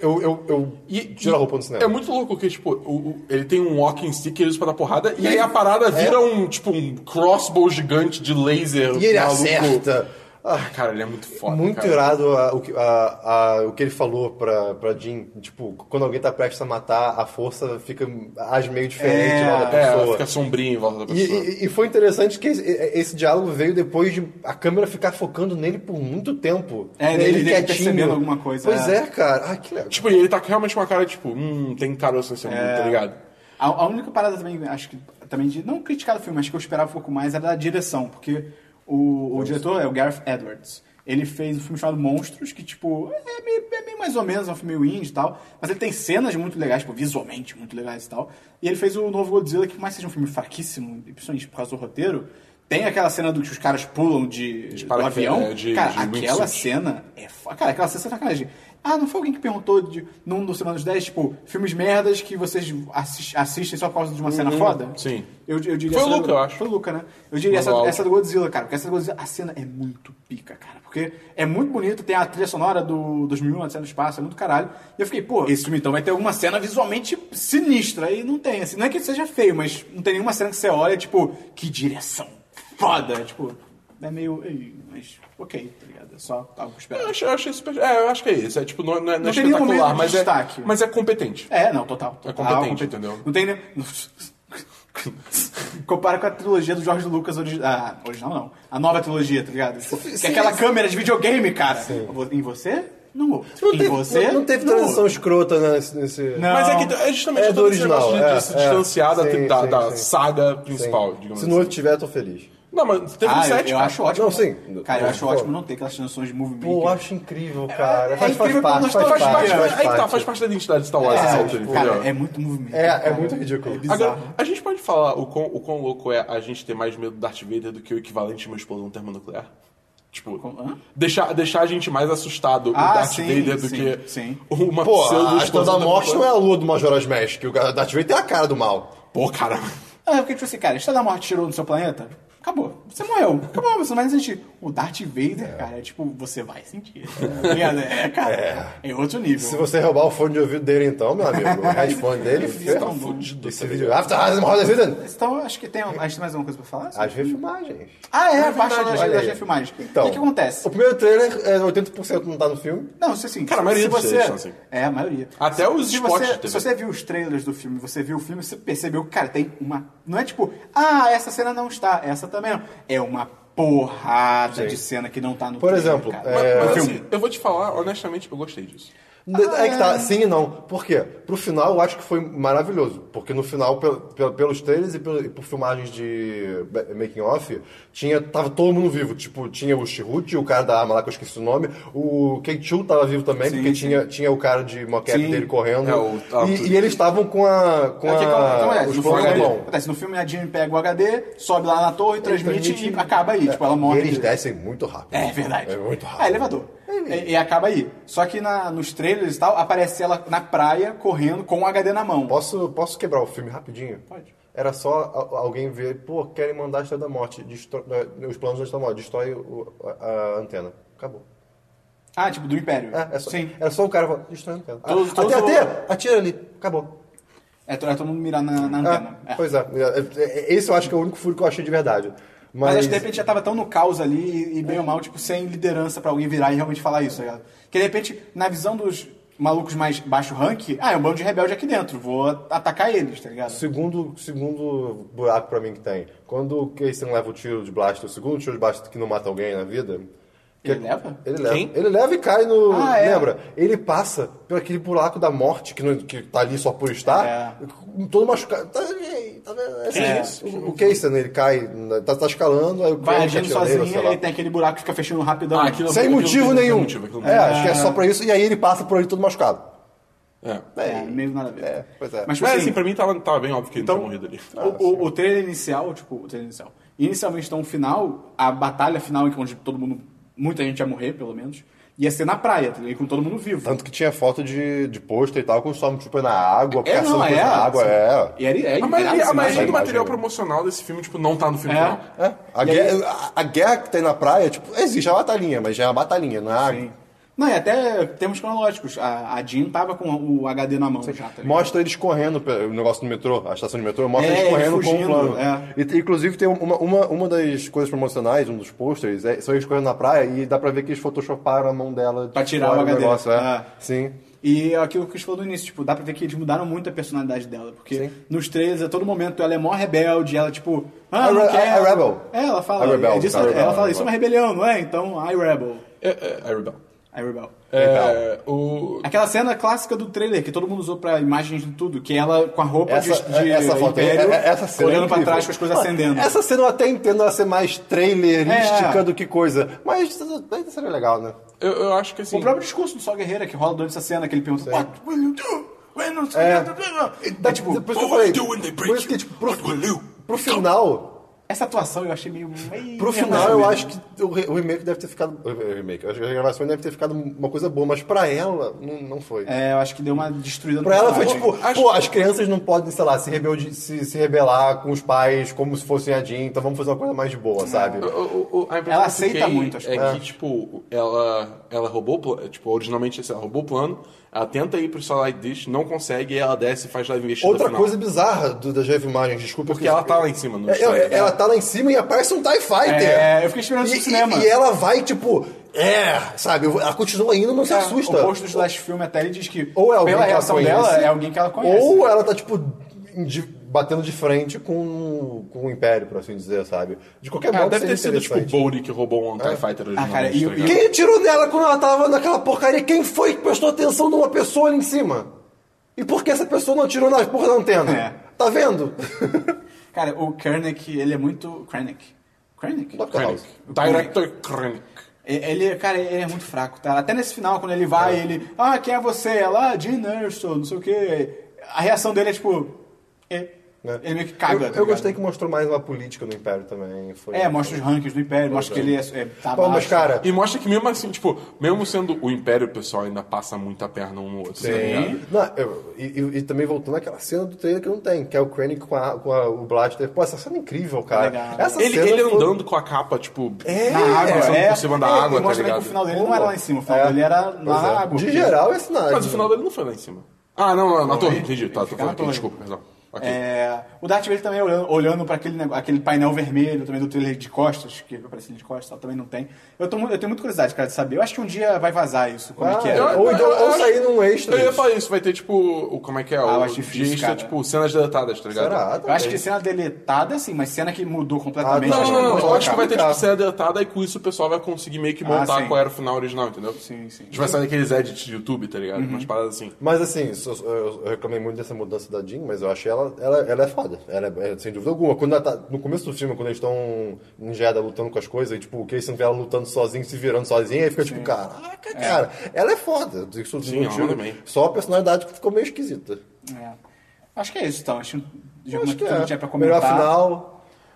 S3: eu, eu, eu tiro a roupa no cinema.
S4: É muito louco que, tipo, o- o- ele tem um walking stick que ele usa pra dar porrada, e aí a parada vira um, tipo, um crossbow gigante de laser.
S3: E ele
S4: maluco.
S3: acerta.
S4: Ah, cara, ele é muito foda.
S3: Muito
S4: cara.
S3: irado a- o, que, a- a- o que ele falou pra, pra Jean. Tipo, quando alguém tá prestes a matar, a força fica age meio diferente
S2: É,
S3: lá da
S4: É,
S3: pessoa.
S4: fica sombrio em volta da
S3: E,
S4: pessoa.
S3: e- e foi interessante que esse, e- esse diálogo veio depois de a câmera ficar focando nele por muito tempo.
S2: É,
S3: Né,
S2: ele- ele percebendo alguma coisa,
S3: Pois
S2: é.
S3: é, cara. Ah, que legal.
S4: Tipo, e ele tá com realmente uma cara, tipo, hum, tem caroço nesse mundo, tá ligado?
S2: A, a única parada também, acho que também de não criticar o filme, mas que eu esperava um pouco mais era da direção, porque o, o diretor é o Gareth Edwards. Ele fez um filme chamado Monstros, que, tipo, é meio, é meio mais ou menos, é um filme meio indie e tal. Mas ele tem cenas muito legais, tipo, visualmente muito legais e tal. E ele fez o novo Godzilla, que por mais que seja um filme fraquíssimo, e principalmente por causa do roteiro. Tem aquela cena do que os caras pulam de, do
S4: paraquedas,
S2: avião.
S4: é, de-
S2: cara,
S4: de
S2: aquela
S4: wingsuit.
S2: cena é fo- Cara, aquela cena é sacanagem. Ah, não foi alguém que perguntou de, num dos Semanas 10, tipo, filmes merdas que vocês assis- assistem só por causa de uma cena foda?
S4: Uhum. sim.
S2: Eu, eu diria
S4: Foi o
S2: essa
S4: Luca,
S2: do-
S4: eu acho.
S2: Foi o Luca, né? Eu diria essa,
S4: Manual.
S2: essa do Godzilla, cara, porque essa do Godzilla, a cena é muito pica, cara. Porque é muito bonita, tem a trilha sonora do 2001, no espaço, é muito caralho. E eu fiquei, pô, esse filme então vai ter alguma cena visualmente sinistra. E não tem, assim, não é que seja feio, mas não tem nenhuma cena que você olha, tipo, que direção foda, tipo... É meio. "Ei, Mas, ok, tá ligado? É só algo esperado.
S4: Eu acho, eu acho super- é, eu acho que é isso. É, tipo, não, não é, não é
S2: Não tem nenhum momento
S4: espetacular,
S2: de
S4: mas é,
S2: destaque.
S4: mas é competente.
S2: É, não, total. total
S4: É competente, entendeu?
S2: Não tem nem. Compara com a trilogia do Jorge Lucas original. Ah, original não. A nova trilogia, tá ligado? que é aquela câmera de videogame, cara. Vo- Em você? Não.
S3: Não
S2: em
S3: teve,
S2: você?
S3: não, não teve
S2: no
S3: transição
S2: outro.
S3: escrota né, nesse. nesse-
S2: Não.
S4: Mas é que é justamente
S3: É do
S4: todo esse
S3: original,
S4: negócio de, de
S3: é,
S4: se
S3: é.
S4: distanciar da,
S3: Sim,
S4: da,
S3: sim,
S4: da
S3: sim.
S4: saga
S3: Sim.
S4: principal, digamos
S3: Se
S4: assim.
S3: no outro tiver, eu tô feliz.
S4: Não, mas teve um
S2: Ah, eu,
S4: set,
S2: eu
S4: cara.
S2: acho ótimo.
S3: Não, sim.
S2: Cara, eu acho
S3: Pô.
S2: ótimo não ter aquelas transições de movimento.
S3: Pô, eu acho incrível, cara.
S2: é
S3: faz, faz
S2: incrível
S3: parte,
S2: como nós
S3: faz, parte,
S2: estamos
S3: faz
S2: fazendo.
S3: parte.
S4: Aí que tá, faz parte da identidade de Star Wars. essa altura,
S2: Ah, Cara,
S4: entendeu?
S2: é muito movimento.
S3: É, é
S2: cara.
S3: muito ridículo.
S2: bizarro.
S4: Agora, a gente pode falar o quão, o quão louco é a gente ter mais medo do Darth Vader do que o equivalente de uma explosão termonuclear? Tipo,
S2: hã?
S4: deixar, deixar a gente mais assustado o
S2: Ah,
S4: Darth
S2: sim,
S4: Vader do
S2: sim,
S4: que
S2: sim.
S4: uma
S3: Pô, a Estrela
S4: pseudo-explosão
S3: da Morte não é
S4: termonuclear.
S3: a lua do Majora's Mask. O Darth Vader tem a cara do mal.
S4: Pô, cara,
S2: Ah, porque, tipo assim, cara, Estrela da Morte tirou do seu planeta, acabou. Você morreu. Acabou, você não vai sentir. O Darth Vader, cara, é tipo, você vai sentir. Tá ligado? É, cara, é, outro nível.
S3: Se você roubar o fone de ouvido dele, então, meu
S2: [LAUGHS]
S3: amigo, o headphone dele,
S2: Eles estão
S3: ferrou.
S2: fudidos,
S3: Esse vídeo. After Hours in Modern Sweden.
S2: Então, acho que tem, acho que tem mais alguma coisa pra falar?
S3: As refilmagens.
S2: Ah, é, a parte
S4: verdade,
S2: das,
S3: olha
S2: das
S3: aí.
S2: refilmagens.
S3: Então,
S2: o que, que acontece?
S3: O primeiro trailer, é 80% não tá no filme.
S2: Não, se assim,
S4: Cara, a maioria
S2: se
S4: dos
S2: você...
S4: trailers são assim.
S2: É, a maioria.
S4: Até
S2: Se-
S4: os
S2: se
S4: spots
S2: você,
S4: de TV.
S2: Se você viu os trailers do filme, você viu o filme, você percebeu que, cara, tem uma... Não é tipo, ah, essa cena não está, essa também não. É uma porrada de cena que não tá no
S3: Por
S2: trailer,
S3: exemplo,
S2: cara.
S3: é-
S2: No
S4: mas
S2: filme.
S4: assim, eu vou te falar, honestamente, eu gostei disso.
S2: Ah,
S3: Aí que
S2: é.
S3: tá, sim e não. Por quê? Pro final eu acho que foi maravilhoso. Porque no final, pel- pel- pelos trailers e, pelo- e por filmagens de be- making off, tinha, tava todo mundo vivo. Tipo, tinha o Shirut, o cara da arma lá que eu esqueci o nome. O Keichu tava vivo também, porque tinha, tinha o cara de mocap
S2: Sim.
S3: dele correndo.
S4: É, o- ah,
S3: e,
S4: tudo.
S3: e eles estavam com a. com
S2: É que, como- então,
S3: a.
S2: é,
S3: os
S2: no
S3: planos
S2: filme,
S3: na
S2: ali,
S3: mão.
S2: acontece, no filme a Jean pega o HD, sobe lá na torre, transmite,
S3: transmite-
S2: e acaba aí. Tipo, ela morre.
S3: E eles descem muito rápido.
S2: É verdade.
S3: É muito rápido.
S2: É elevador. E, e acaba aí. Só que na- nos trailers e tal, aparece ela na praia correndo com o HD na mão.
S3: Posso, posso quebrar o filme rapidinho? Pode. Era só a- alguém ver, pô, querem mandar a Estrela da Morte, destro- eh, os planos da Estrela da Morte, destrói o- a, a antena. Acabou.
S2: Ah, tipo, do Império.
S3: É, é só,
S2: Sim.
S3: Era só o cara falar, destrói a antena.
S2: Todos-
S3: Ah,
S2: todos
S3: até,
S2: vão-
S3: até, atira ali. Acabou.
S2: É, to- é todo mundo mirar na, na
S3: Ah,
S2: antena. É.
S3: Pois é. É, é, é, Esse eu acho que é o único furo que eu achei de verdade.
S2: Mas,
S3: Mas,
S2: acho que, de repente já tava tão no caos ali, e, e bem ou mal, tipo, sem liderança pra alguém virar e realmente falar isso, tá ligado? Que de repente, na visão dos malucos mais baixo rank, ah, é um bando de rebelde aqui dentro, vou atacar eles, tá ligado?
S3: Segundo, segundo buraco pra mim que tem. Quando o Casey leva o tiro de blaster, o segundo tiro de blaster que não mata alguém na vida. que-
S2: Ele leva?
S3: Ele leva.
S4: Quem?
S3: Ele leva e cai no.
S2: Ah, é.
S3: Lembra? Ele passa por aquele buraco da morte que, não, que tá ali só por estar.
S2: É.
S3: Todo machucado. Tá, aí, tá vendo? É assim,
S2: É.
S3: O, o Casey, ele cai, na- tá, tá escalando, aí o
S2: Vai
S3: Craig
S2: agindo
S3: atira nele,
S2: sozinho
S3: sei lá.
S2: e tem aquele buraco que fica fechando rapidão.
S4: Ah, aquilo-
S3: Sem
S4: Aquilo-
S3: motivo
S4: aquilo-
S2: né?
S3: nenhum.
S4: aquilo- aquilo-
S3: É, acho que é só pra isso. E aí ele passa por ali todo machucado.
S4: É.
S2: É, meio nada a ver.
S3: É, pois é.
S2: Mas, tipo,
S4: Mas
S2: assim,
S4: assim, pra mim tava, tava bem óbvio que
S2: então,
S4: ele tinha morrido ali.
S3: Ah,
S2: o- o, o trailer inicial, tipo, o trailer inicial. Inicialmente, então, o final, a batalha final, em que onde todo mundo, muita gente ia morrer, pelo menos, ia ser na praia, tá ligado? e com todo mundo vivo.
S3: Tanto que tinha foto de, de pôster e tal, com o Stormtrooper na água,
S2: é,
S3: caçando
S2: não,
S3: coisa
S2: é.
S3: na água,
S2: assim,
S3: é. né?
S2: E era, era
S4: A maioria, a
S2: irado,
S4: maioria
S2: assim,
S4: do
S2: mas-
S4: material promocional desse filme, tipo, não tá no filme
S2: É.
S4: final.
S3: É, a,
S2: E aí-
S3: guerra, a- a guerra que tem na praia, tipo, existe a batalhinha, mas já é uma batalhinha, não é água.
S2: Sim. Não, e até temos cronológicos. A, a Jean tava com o HD na mão já, tá ligado?
S3: Mostra eles correndo, pe- o negócio do metrô, a estação de metrô, mostra
S2: É,
S3: eles
S2: eles
S3: correndo com o
S2: fugindo,
S3: plano.
S2: é.
S3: E, inclusive, tem uma, uma, uma das coisas promocionais, um dos posters, é- são eles correndo na praia e dá pra ver que eles photoshoparam a mão dela de
S2: Pra tirar
S3: fora
S2: o
S3: do
S2: HD,
S3: negócio, é.
S2: é.
S3: Sim.
S2: E é aquilo que a gente falou no início, tipo, dá pra ver que eles mudaram muito a personalidade dela. Porque
S3: Sim.
S2: nos trailers, a todo momento, ela é mó rebelde, ela, tipo, ah,
S3: I
S2: não
S3: re-
S2: quer.
S3: I rebel.
S2: É, ela fala,
S3: I rebel,
S2: é disso,
S3: I
S2: ela,
S3: rebel, I
S2: fala, isso é
S3: rebel.
S2: uma rebelião, não é? Então, I rebel.
S4: É, é, é Rebel.
S2: I rebel.
S4: É, o...
S2: Aquela cena clássica do trailer que todo mundo usou pra imagens de tudo, que ela com a roupa de-
S3: Essa,
S2: de,
S3: essa foto aí,
S2: império,
S3: é- é- essa cena é
S2: olhando pra
S3: incrível.
S2: trás com as coisas
S3: Mano,
S2: acendendo.
S3: Essa cena eu até entendo ela ser mais trailerística
S2: É.
S3: do que coisa, mas ainda seria legal, né?
S4: eu, eu acho que assim.
S2: O próprio discurso do Sol Guerreira que rola durante essa cena, que ele pergunta, What will you do? When you see
S3: É.
S2: that-" Dá, tipo,
S3: Por isso que
S4: What
S3: eu falei,
S4: will you do when they break
S3: por isso que,
S4: you?
S3: tipo, pro-
S4: What will you?
S3: pro final,
S2: essa atuação eu achei meio. meio
S3: Pro final, eu acho que o, re- o remake deve ter ficado. O remake, eu acho que a gravação deve ter ficado uma coisa boa, mas pra ela, não, não foi.
S2: É, eu acho que deu uma destruída no
S3: Pra ela foi
S2: personagem.
S3: tipo, pô, as crianças não podem, sei lá, se, rebelde, se, se rebelar com os pais como se fossem a Jean, então vamos fazer uma coisa mais de boa,
S4: o-
S3: sabe?
S4: o- o- a impressão
S2: Ela
S4: que eu
S2: aceita
S4: fiquei
S2: muito as
S4: É
S2: coisas.
S4: que, tipo, ela, ela roubou o plano. Tipo, originalmente assim, ela roubou o plano, ela tenta ir pro Starlight Dish, não consegue, e ela desce e faz live investida
S3: Outra
S4: final.
S3: coisa bizarra do, das imagens, desculpa.
S4: Porque
S3: que-
S4: ela tá lá em cima no
S3: É, é,
S4: Starlight.
S3: ela tá lá em cima e aparece um TIE Fighter.
S2: É, eu fiquei esperando isso no
S3: E-
S2: cinema.
S3: E, e ela vai, tipo, é, sabe? Ela continua indo, não se
S2: É,
S3: assusta.
S2: O post do Slash Film até ele diz que
S3: Ou é alguém
S2: pela
S3: que
S2: reação
S3: ela conhece,
S2: dela é alguém que ela conhece.
S3: Ou ela tá, tipo, de- batendo de frente com, com o Império, por assim dizer, sabe? De qualquer
S4: Ah,
S3: modo,
S4: deve ter
S3: seria
S4: sido, tipo, o
S3: interessante. É.
S4: Bowie que roubou um TIE Fighter originalmente.
S2: Ah, cara, e o-
S4: tá ligado?
S3: Quem tirou nela quando ela tava naquela porcaria? Quem foi que prestou atenção numa pessoa ali em cima? E por que essa pessoa não atirou na porra da antena?
S2: É.
S3: Tá vendo?
S2: Cara, o Krennic, ele é muito. Krennic. Krennic?
S3: Dr.
S4: Krennic.
S3: House.
S4: tá Director Krennic.
S2: É, Ele, cara, ele é muito fraco, tá? Até nesse final, quando ele vai, ele. Ah, quem é você? Ela, ah, Jean Erso, não sei o quê. A reação dele é tipo. é.
S3: Né?
S2: Ele meio que caga.
S3: Eu,
S2: tá
S3: eu
S2: ligado?
S3: gostei que mostrou mais uma política no Império também. Foi...
S2: É, mostra os rankings do Império, mostra que ele é. é tá
S3: Pô, mas,
S2: baixo.
S3: cara,
S4: E mostra que mesmo assim, tipo, mesmo sendo o Império, o pessoal ainda passa muita perna um no outro. tá ligado?
S3: Não, eu- e, e- e também voltando àquela cena do trailer que não tem, que é o Krennic com, a- com a- o Blaster. Pô, essa cena é incrível, cara.
S2: Legal.
S3: Essa
S4: Ele,
S3: cena
S4: ele
S3: foi-
S4: andando com a capa, tipo,
S3: É,
S2: Na água,
S4: passando
S2: é.
S4: por cima da
S2: É,
S4: água,
S2: e
S4: tá
S2: mostra bem
S4: ligado?
S2: que o final dele não era lá em cima, o final
S3: É.
S2: dele era
S3: Pois
S2: na
S3: é.
S2: água.
S3: De geral, é cenário.
S4: Mas o final dele não foi lá em cima. Ah, não, não, na torre,
S2: Ele
S4: entendi. Tá, tô
S2: fica na
S4: falando aqui,
S2: torre.
S4: desculpa, perdão. Ok.
S2: É, o Darth Vader também olhando, olhando para aquele, nego- aquele painel vermelho também do trailer de costas, que aparece ele de costas, tal, também não tem. Eu, tô mu- eu tenho muita curiosidade, cara, de saber. Eu acho que um dia vai vazar isso, como é que é.
S3: Ah, Ou então- ou
S4: acho-
S3: sair num extra
S4: Eu ia
S3: disso.
S4: falar isso, vai ter tipo, o, como é que é?
S2: Ah, eu
S4: o
S2: acho difícil,
S4: de extra,
S2: cara.
S4: tipo, cenas deletadas, tá ligado?
S3: Será?
S2: Eu acho que cena deletada, sim, mas cena que mudou completamente.
S3: Ah,
S4: Não,
S2: acho
S4: não,
S2: que
S4: não, não,
S2: pode
S4: eu acho que vai ter
S3: Cara.
S4: tipo cena deletada e com isso o pessoal vai conseguir meio que montar
S2: Ah, sim.
S4: qual era o final original, entendeu?
S2: Sim, Uhum. sim.
S4: A gente vai sair daqueles edits de YouTube, tá ligado? Umas paradas assim.
S3: Mas assim, só- eu, eu reclamei muito dessa mudança da Jean, mas eu achei ela, ela, ela é foda. Ela é, é, sem dúvida alguma. Quando ela tá, no começo do filme, quando eles estão em Jeddah lutando com as coisas, e tipo, o Casey vê ela lutando sozinha, se virando sozinha, aí fica tipo, caraca, cara, ela é foda. Isso
S4: Sim,
S3: não
S4: ela
S3: tiro.
S4: manda bem.
S3: Só a personalidade que ficou meio esquisita.
S2: É. Acho que é isso, então. Acho que já
S3: Acho que
S2: tudo
S3: é.
S2: tinha pra comentar.
S3: Melhor final.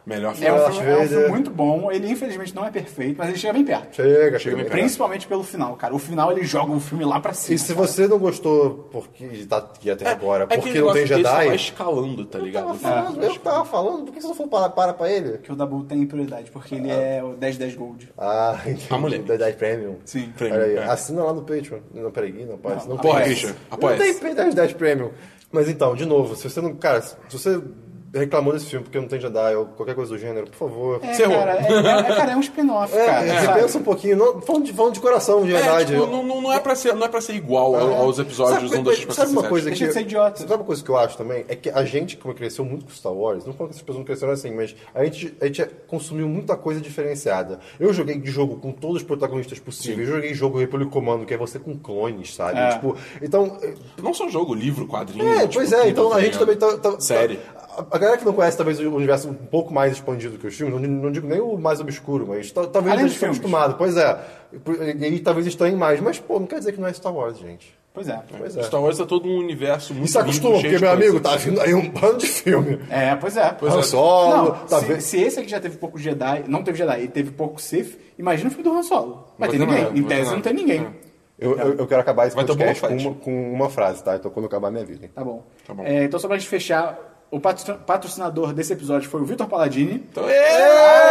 S4: Melhor
S2: É
S4: final.
S2: um,
S3: Darth
S2: filme, é um filme
S3: Vader.
S2: muito bom. Ele, infelizmente, não é perfeito, mas ele chega bem perto.
S3: Chega, chega.
S4: bem
S3: bem.
S2: Principalmente pelo final, cara. O final, ele joga o filme lá pra cima.
S3: E se você não gostou porque tá aqui até agora,
S4: É
S3: porque
S4: aquele
S3: não tem
S4: negócio que ele só vai
S3: Jedi.
S4: escalando, tá
S3: Eu tava
S4: ligado?
S3: falando, eu tava falando, por que você não falou para, para pra ele?
S2: Que o Dabu tem prioridade, porque ele é o 10-10 Gold.
S3: Ah,
S4: A mulher.
S3: Jedi Premium.
S2: Sim.
S4: Premium,
S3: Olha aí,
S4: é.
S3: Assina lá no Patreon. Não, peraí, não pode. Não,
S4: apoia,
S3: tem.
S4: Christian,
S3: Não
S4: apoia.
S3: tem Patreon 10 Premium. Mas então, de novo, se você não. Cara, se você reclamou desse filme porque não tem Jedi ou qualquer coisa do gênero, por favor.
S2: É,
S4: Você errou.
S2: cara, é, é- é, cara, é um spin-off,
S3: É,
S2: cara. sabe?
S3: repensa um pouquinho. Não, falando, de, falando de coração, de
S4: É,
S3: verdade.
S4: tipo, não, não- não é pra ser, não é pra ser igual ao- aos episódios
S3: sabe,
S4: 1, 2, 3, 4, 5, 7.
S3: sabe uma coisa
S2: Deixa
S3: que
S2: de ser idiota.
S3: Sabe uma coisa que eu acho também? É que a gente, como cresceu muito com Star Wars, não falo que essas pessoas não cresceram assim, mas a gente, a gente consumiu muita coisa diferenciada. Eu joguei de jogo com todos os protagonistas possíveis. Eu joguei jogo República Comando, que é você com clones, sabe?
S2: É.
S3: Tipo, então...
S4: Não só jogo, livro, quadrinho.
S3: É,
S4: tipo,
S3: pois é. Então
S4: tudo,
S3: a gente
S4: ligado?
S3: também tá... tá- tá-
S4: Série.
S3: a- a galera que não conhece talvez o universo um pouco mais expandido que os filmes, não, não digo nem o mais obscuro, mas ta- talvez
S2: Além
S3: a
S2: dos
S3: gente esteja
S2: filmes.
S3: acostumado. Pois é. E, e, e talvez estranhe mais. Mas, pô, não quer dizer que não é Star Wars, gente.
S2: Pois é.
S3: Pois é.
S4: Star Wars é todo um universo muito
S3: E se acostumou,
S4: rico, cheio
S3: porque,
S4: de
S3: meu
S4: coisa.
S3: amigo, tá vindo aí um bando de filme.
S2: É, pois é.
S3: Han
S4: é.
S3: Solo,
S2: Não,
S3: tá
S2: se,
S3: vendo?
S2: se esse aqui já teve pouco Jedi, não teve Jedi, e teve pouco Sith, imagina o filme do Han Solo.
S4: Vai
S2: Vai ter
S4: ter
S2: ninguém.
S4: nada,
S2: em
S4: vai
S2: tese
S4: ter nada.
S2: não tem ninguém.
S4: É.
S3: Eu, eu, eu quero acabar esse
S4: Vai ter um
S3: podcast com
S4: bom fight.
S3: uma, com uma frase, tá? Então quando eu acabar minha vida. hein?
S2: Tá bom.
S4: Tá bom.
S2: É, então, só pra gente fechar, o patro- patrocinador desse episódio foi o Vitor Paladini.
S4: Então, é,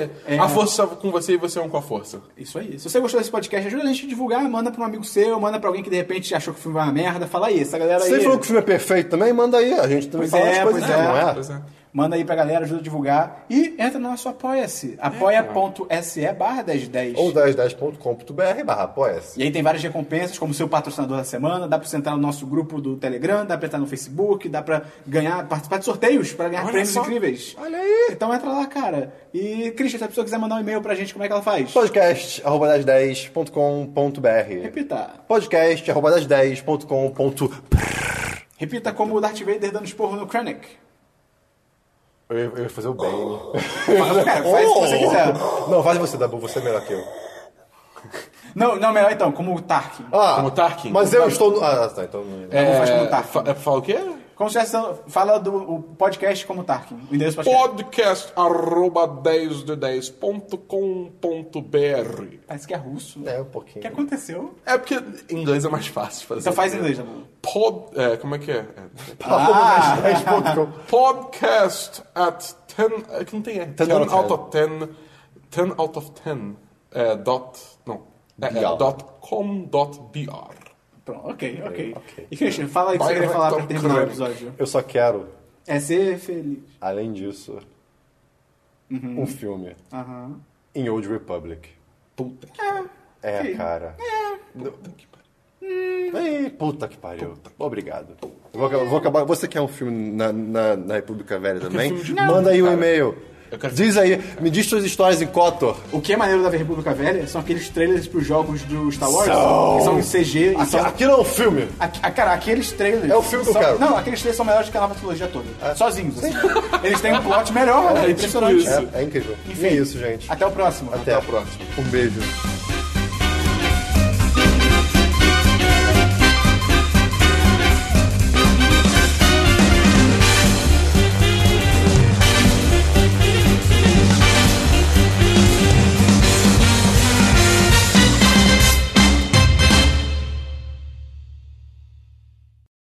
S4: garoto!
S2: É.
S4: A força estava com você e você é um com a força.
S2: Isso aí. Se você gostou desse podcast, ajuda a gente a divulgar, manda pra um amigo seu, manda pra alguém que de repente achou que o filme vai uma merda. Fala aí, essa galera aí.
S3: Você falou que o filme é perfeito também? Manda aí, a gente também
S2: Pois
S3: fala
S2: é,
S3: as coisas,
S2: pois é.
S3: não é?
S4: Pois é.
S2: Manda aí pra galera, ajuda a divulgar. E entra no nosso Apoia-se. Apoia.se barra 1010.
S4: é.
S3: Ou 1010.com.br barra apoia-se.
S2: E aí tem várias recompensas, como seu patrocinador da semana, dá pra você entrar no nosso grupo do Telegram, dá pra entrar no Facebook, dá pra ganhar, participar de sorteios pra ganhar
S4: Olha
S2: prêmios
S4: só.
S2: incríveis.
S3: Olha aí!
S2: Então entra lá, cara. E, Christian, se a pessoa quiser mandar um e-mail pra gente, como é que ela faz?
S3: Podcast arroba
S4: é.
S3: 1010.com.br
S2: Repita.
S3: Podcast arroba 1010.com.br
S2: Repita como o Darth Vader dando esporro no
S4: [LAUGHS]
S2: Krennic.
S3: Eu ia- eu ia fazer o bem.
S2: Cara, faz o que
S4: Oh.
S2: você quiser.
S3: Não, faz você, Dabu, você é melhor que eu.
S2: Não, não, melhor então, como o Tarkin.
S3: Ah,
S4: Como Tarkin?
S3: Mas eu estou... no- Ah, tá, então... não-
S2: Não faz como Tarkin.
S4: fa- é, fala o quê?
S2: Como se tivesse- fala do o podcast como Tarkin. O endereço
S3: é.
S2: do podcast.
S4: Podcast arroba 10de10.com.br
S2: Parece que é russo.
S3: É, um
S2: O
S3: pouquinho.
S2: que aconteceu?
S4: É porque em inglês é mais fácil fazer.
S2: Então faz em inglês, tá bom?
S4: Pod, eh, é, como é que é? é.
S3: Tá
S2: Ah.
S3: Arroba [LAUGHS] 1010.com.
S4: eh, Podcast at eh, 10. é que não tem R. 10
S3: out of
S4: out of 10. 10 out of 10. É, dot. Não. É, é,
S3: BR.
S4: dot com dot br.
S2: Pronto, ok, ok.
S3: ok.
S2: E Christian, fala aí o que
S4: Vai,
S2: você queria
S4: vai,
S2: falar pra
S4: Tom
S2: terminar o
S4: Cruise.
S2: episódio.
S3: Eu só quero,
S2: É ser feliz.
S3: além disso,
S4: Uhum.
S3: um filme
S2: Aham.
S3: em Old Republic.
S4: Puta que
S3: É,
S2: Sim.
S3: cara.
S4: puta que pariu.
S3: Ei, puta que pariu. Obrigado. Vou, acabar- vou acabar. Você quer um filme na, na- na República Velha também?
S4: filme de-
S3: Manda aí um
S4: Cara,
S3: e-mail.
S4: eu quero-
S3: Diz aí, me diz suas histórias em Kotor.
S2: O que é maneiro da República Velha são aqueles trailers pros jogos do Star Wars, que são em CG e
S3: Aqui,
S2: são...
S3: aqui não é um filme.
S2: Aqui- ah, cara, aqueles trailers.
S3: É o filme que eu
S2: são-
S3: quero.
S2: Não, aqueles trailers são melhores do que a nova trilogia toda. Sozinhos, assim. Eles têm um plot melhor, é,
S4: tipo
S2: impressionante.
S4: isso.
S3: É, é incrível.
S2: Enfim.
S3: é isso, gente.
S2: Até o próximo.
S3: Até a próxima. Um beijo.
S4: Beijo.